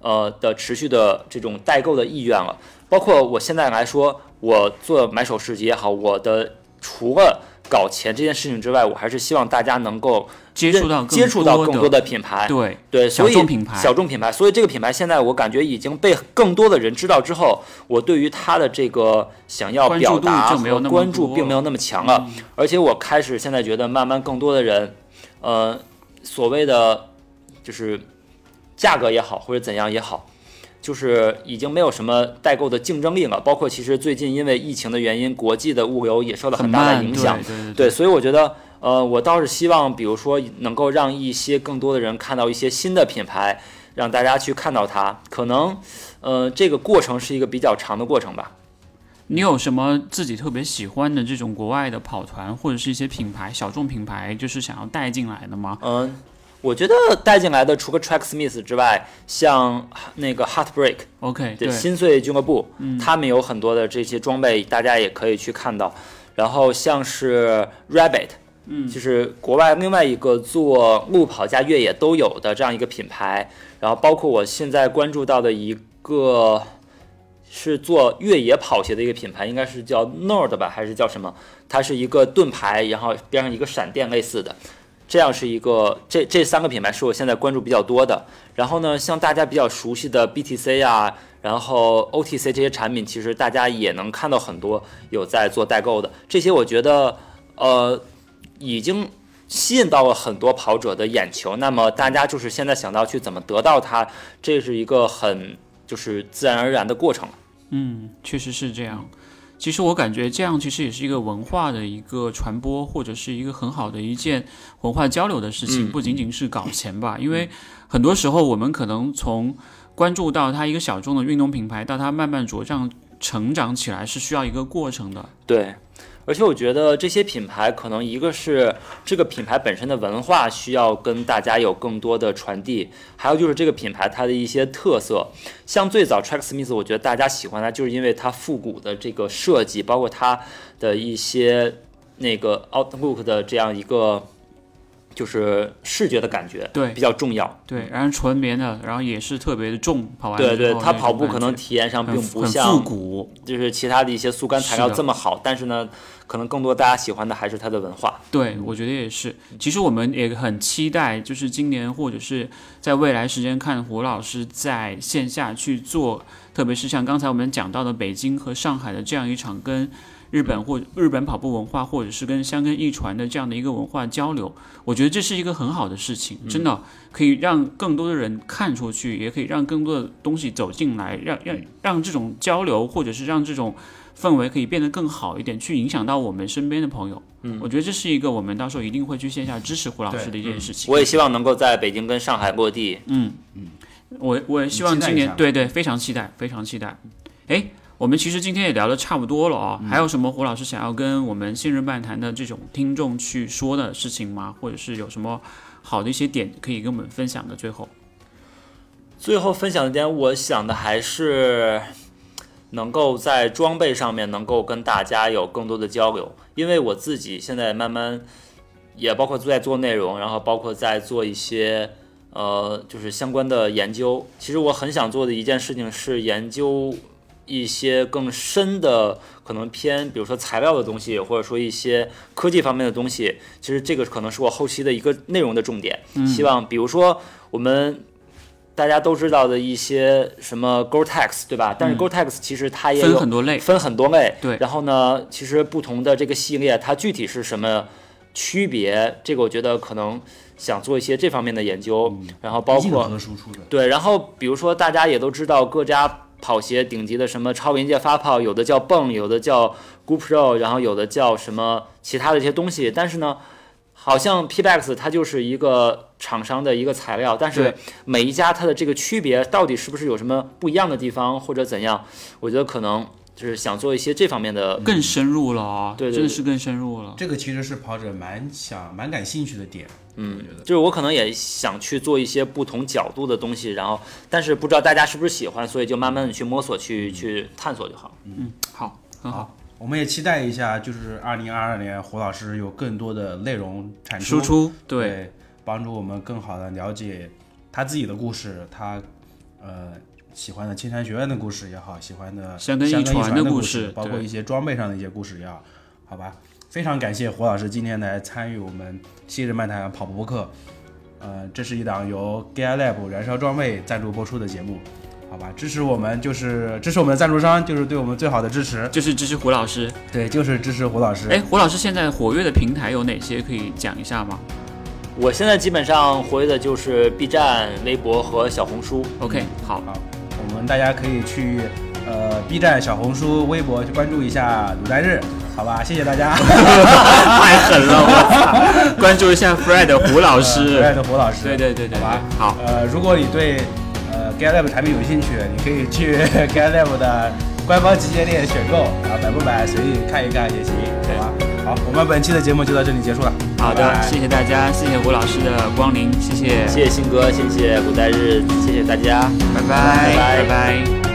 呃的持续的这种代购的意愿了。包括我现在来说，我做买手市集也好，我的除了搞钱这件事情之外，我还是希望大家能够
接触到更
接触到更
多
多的品牌，
对，
对，
小
所以
众品牌
小众品牌，所以这个品牌现在我感觉已经被更多的人知道之后，我对于它的这个想要
关注
表达
度就没有
和
那么
关注
多嗯
并没有那么强了，而且我开始现在觉得慢慢更多的人，呃，所谓的就是价格也好或者怎样也好。就是已经没有什么代购的竞争力了，包括其实最近因为疫情的原因，国际的物流也受到
很
大的
慢
影响。
对对
对，所以我觉得，呃，我倒是希望，比如说能够让一些更多的人看到一些新的品牌，让大家去看到它。可能，呃，这个过程是一个比较长的过程吧。
你有什么自己特别喜欢的这种国外的跑团，或者是一些品牌小众品牌，就是想要带进来的吗？
嗯、我觉得带进来的除了 Tracksmith 之外，像那个 Heartbreak，
OK，
对嗯
对，
心碎俱乐部，他们有很多的这些装备，大家也可以去看到。然后像是 Rabbit，嗯，就是国外另外一个做路跑加越野都有的这样一个品牌。然后包括我现在关注到的一个是做越野跑鞋的一个品牌，应该是叫 Nord 吧，还是叫什么？它是一个盾牌，然后边上一个闪电类似的。这样是一个，这这三个品牌是我现在关注比较多的。然后呢，像大家比较熟悉的 BTC 啊，然后 OTC 这些产品，其实大家也能看到很多有在做代购的。这些我觉得，呃，已经吸引到了很多跑者的眼球。那么大家就是现在想到去怎么得到它，这是一个很就是自然而然的过程了。
嗯，确实是这样。其实我感觉这样其实也是一个文化的一个传播，或者是一个很好的一件文化交流的事情，
嗯
不仅仅是搞钱吧。因为很多时候我们可能从关注到它一个小众的运动品牌，到它慢慢茁壮成长起来，是需要一个过程的。
对，而且我觉得这些品牌可能一个是这个品牌本身的文化需要跟大家有更多的传递，还有就是这个品牌它的一些特色。像最早 Tracksmith，我觉得大家喜欢它就是因为它复古的这个设计，包括它的一些那个 Outlook 的这样一个就是视觉的感觉，
对
比较重要。
对，然后纯棉的，然后也是特别的重，跑完
嗯对
了之
对，
后
它
那种
跑步
感
可能
觉
体验上
很
并不
很
像
复古。
就是其他的一些速干材
是
料
的
这么好，但是呢，可能更多大家喜欢的还是它的文化。
对，我觉得也是。其实我们也很期待，就是今年或者是在未来时间看胡老师在线下去做，特别是像刚才我们讲到的北京和上海的这样一场跟日本或日本跑步文化，或者是跟香根一传的这样的一个文化交流。我觉得这是一个很好的事情，真的可以让更多的人看出去，也可以让更多的东西走进来，让让让这种交流或者是让这种氛围可以变得更好一点，去影响到我们身边的朋友。我觉得这是一个我们到时候一定会去线下支持胡老师的一件事情。
我也希望能够在北京跟上海落地。嗯
我我也希望
期待
今
一
年
下
对对非常期待，非常期待。哎，我们其实今天也聊得差不多了啊、还有什么胡老师想要跟我们信任漫谈的这种听众去说的事情吗？或者是有什么好的一些点可以跟我们分享的？最后，
最后分享一点，我想的还是能够在装备上面能够跟大家有更多的交流，因为我自己现在慢慢也包括在做内容，然后包括在做一些呃就是相关的研究。其实我很想做的一件事情是研究一些更深的，可能偏比如说材料的东西，或者说一些科技方面的东西。其实这个可能是我后期的一个内容的重点。
嗯
希望比如说我们。大家都知道的一些什么 Gore-Tex，对吧？但是 Gore-Tex 其实它也有
嗯分很多类，
分很多类。
对
然后呢，其实不同的这个系列，它具体是什么区别？这个我觉得可能想做一些这方面的研究，
嗯
然后包
硬
括
核输出的，
对，然后比如说大家也都知道各家跑鞋顶级的什么超临界发泡，有的叫泵，有的叫 GoPro，然后有的叫什么其他的一些东西，但是呢。好像 PBX 它就是一个厂商的一个材料，但是
对
每一家它的这个区别到底是不是有什么不一样的地方或者怎样？我觉得可能就是想做一些这方面的。
更深入了啊，
对对
真的是更深入了。
这个其实是跑者蛮想、蛮感兴趣的点。
嗯，就是我可能也想去做一些不同角度的东西，然后但是不知道大家是不是喜欢，所以就慢慢的去摸索、去
嗯
去探索就好。
嗯，好，很好。
好，我们也期待一下，就是二零二二年胡老师有更多的内容产
输出对，
对，帮助我们更好的了解他自己的故事，他呃喜欢的青山学院的故事也好，喜欢的
香根
一
一传
的
的故
事
事，
包括
对
一些装备上的一些故事也好，好吧。非常感谢胡老师今天来参与我们昔日漫谈跑步播客，呃，这是一档由 Gear Lab 燃烧装备赞助播出的节目，好吧，支持我们就是支持我们的赞助商，就是对我们最好的支持，
就是支持胡老师。
对，就是支持胡老师。
哎，胡老师现在活跃的平台有哪些？可以讲一下吗
我现在基本上活跃的就是 B 站、微博和小红书。
？OK，好，
好，我们大家可以去呃 B 站、小红书、微博去关注一下卤蛋日，好吧？谢谢大家，
太狠了，我操！关注一下 Fred 胡老
可爱
师。
的胡老师，
对对对对，对
好吧。
好，
呃，如果你对呃 GetLab 产品有兴趣，你可以去 GetLab 的官方旗舰店选购，啊，买不买随意看一看也行，
对
好吧？好，我们本期的节目就到这里结束了，
好
拜
的，
拜
谢谢大家，谢谢胡老师的光临，谢谢，
谢谢新哥，谢谢古代日，谢谢大家。
拜拜，
拜拜
拜拜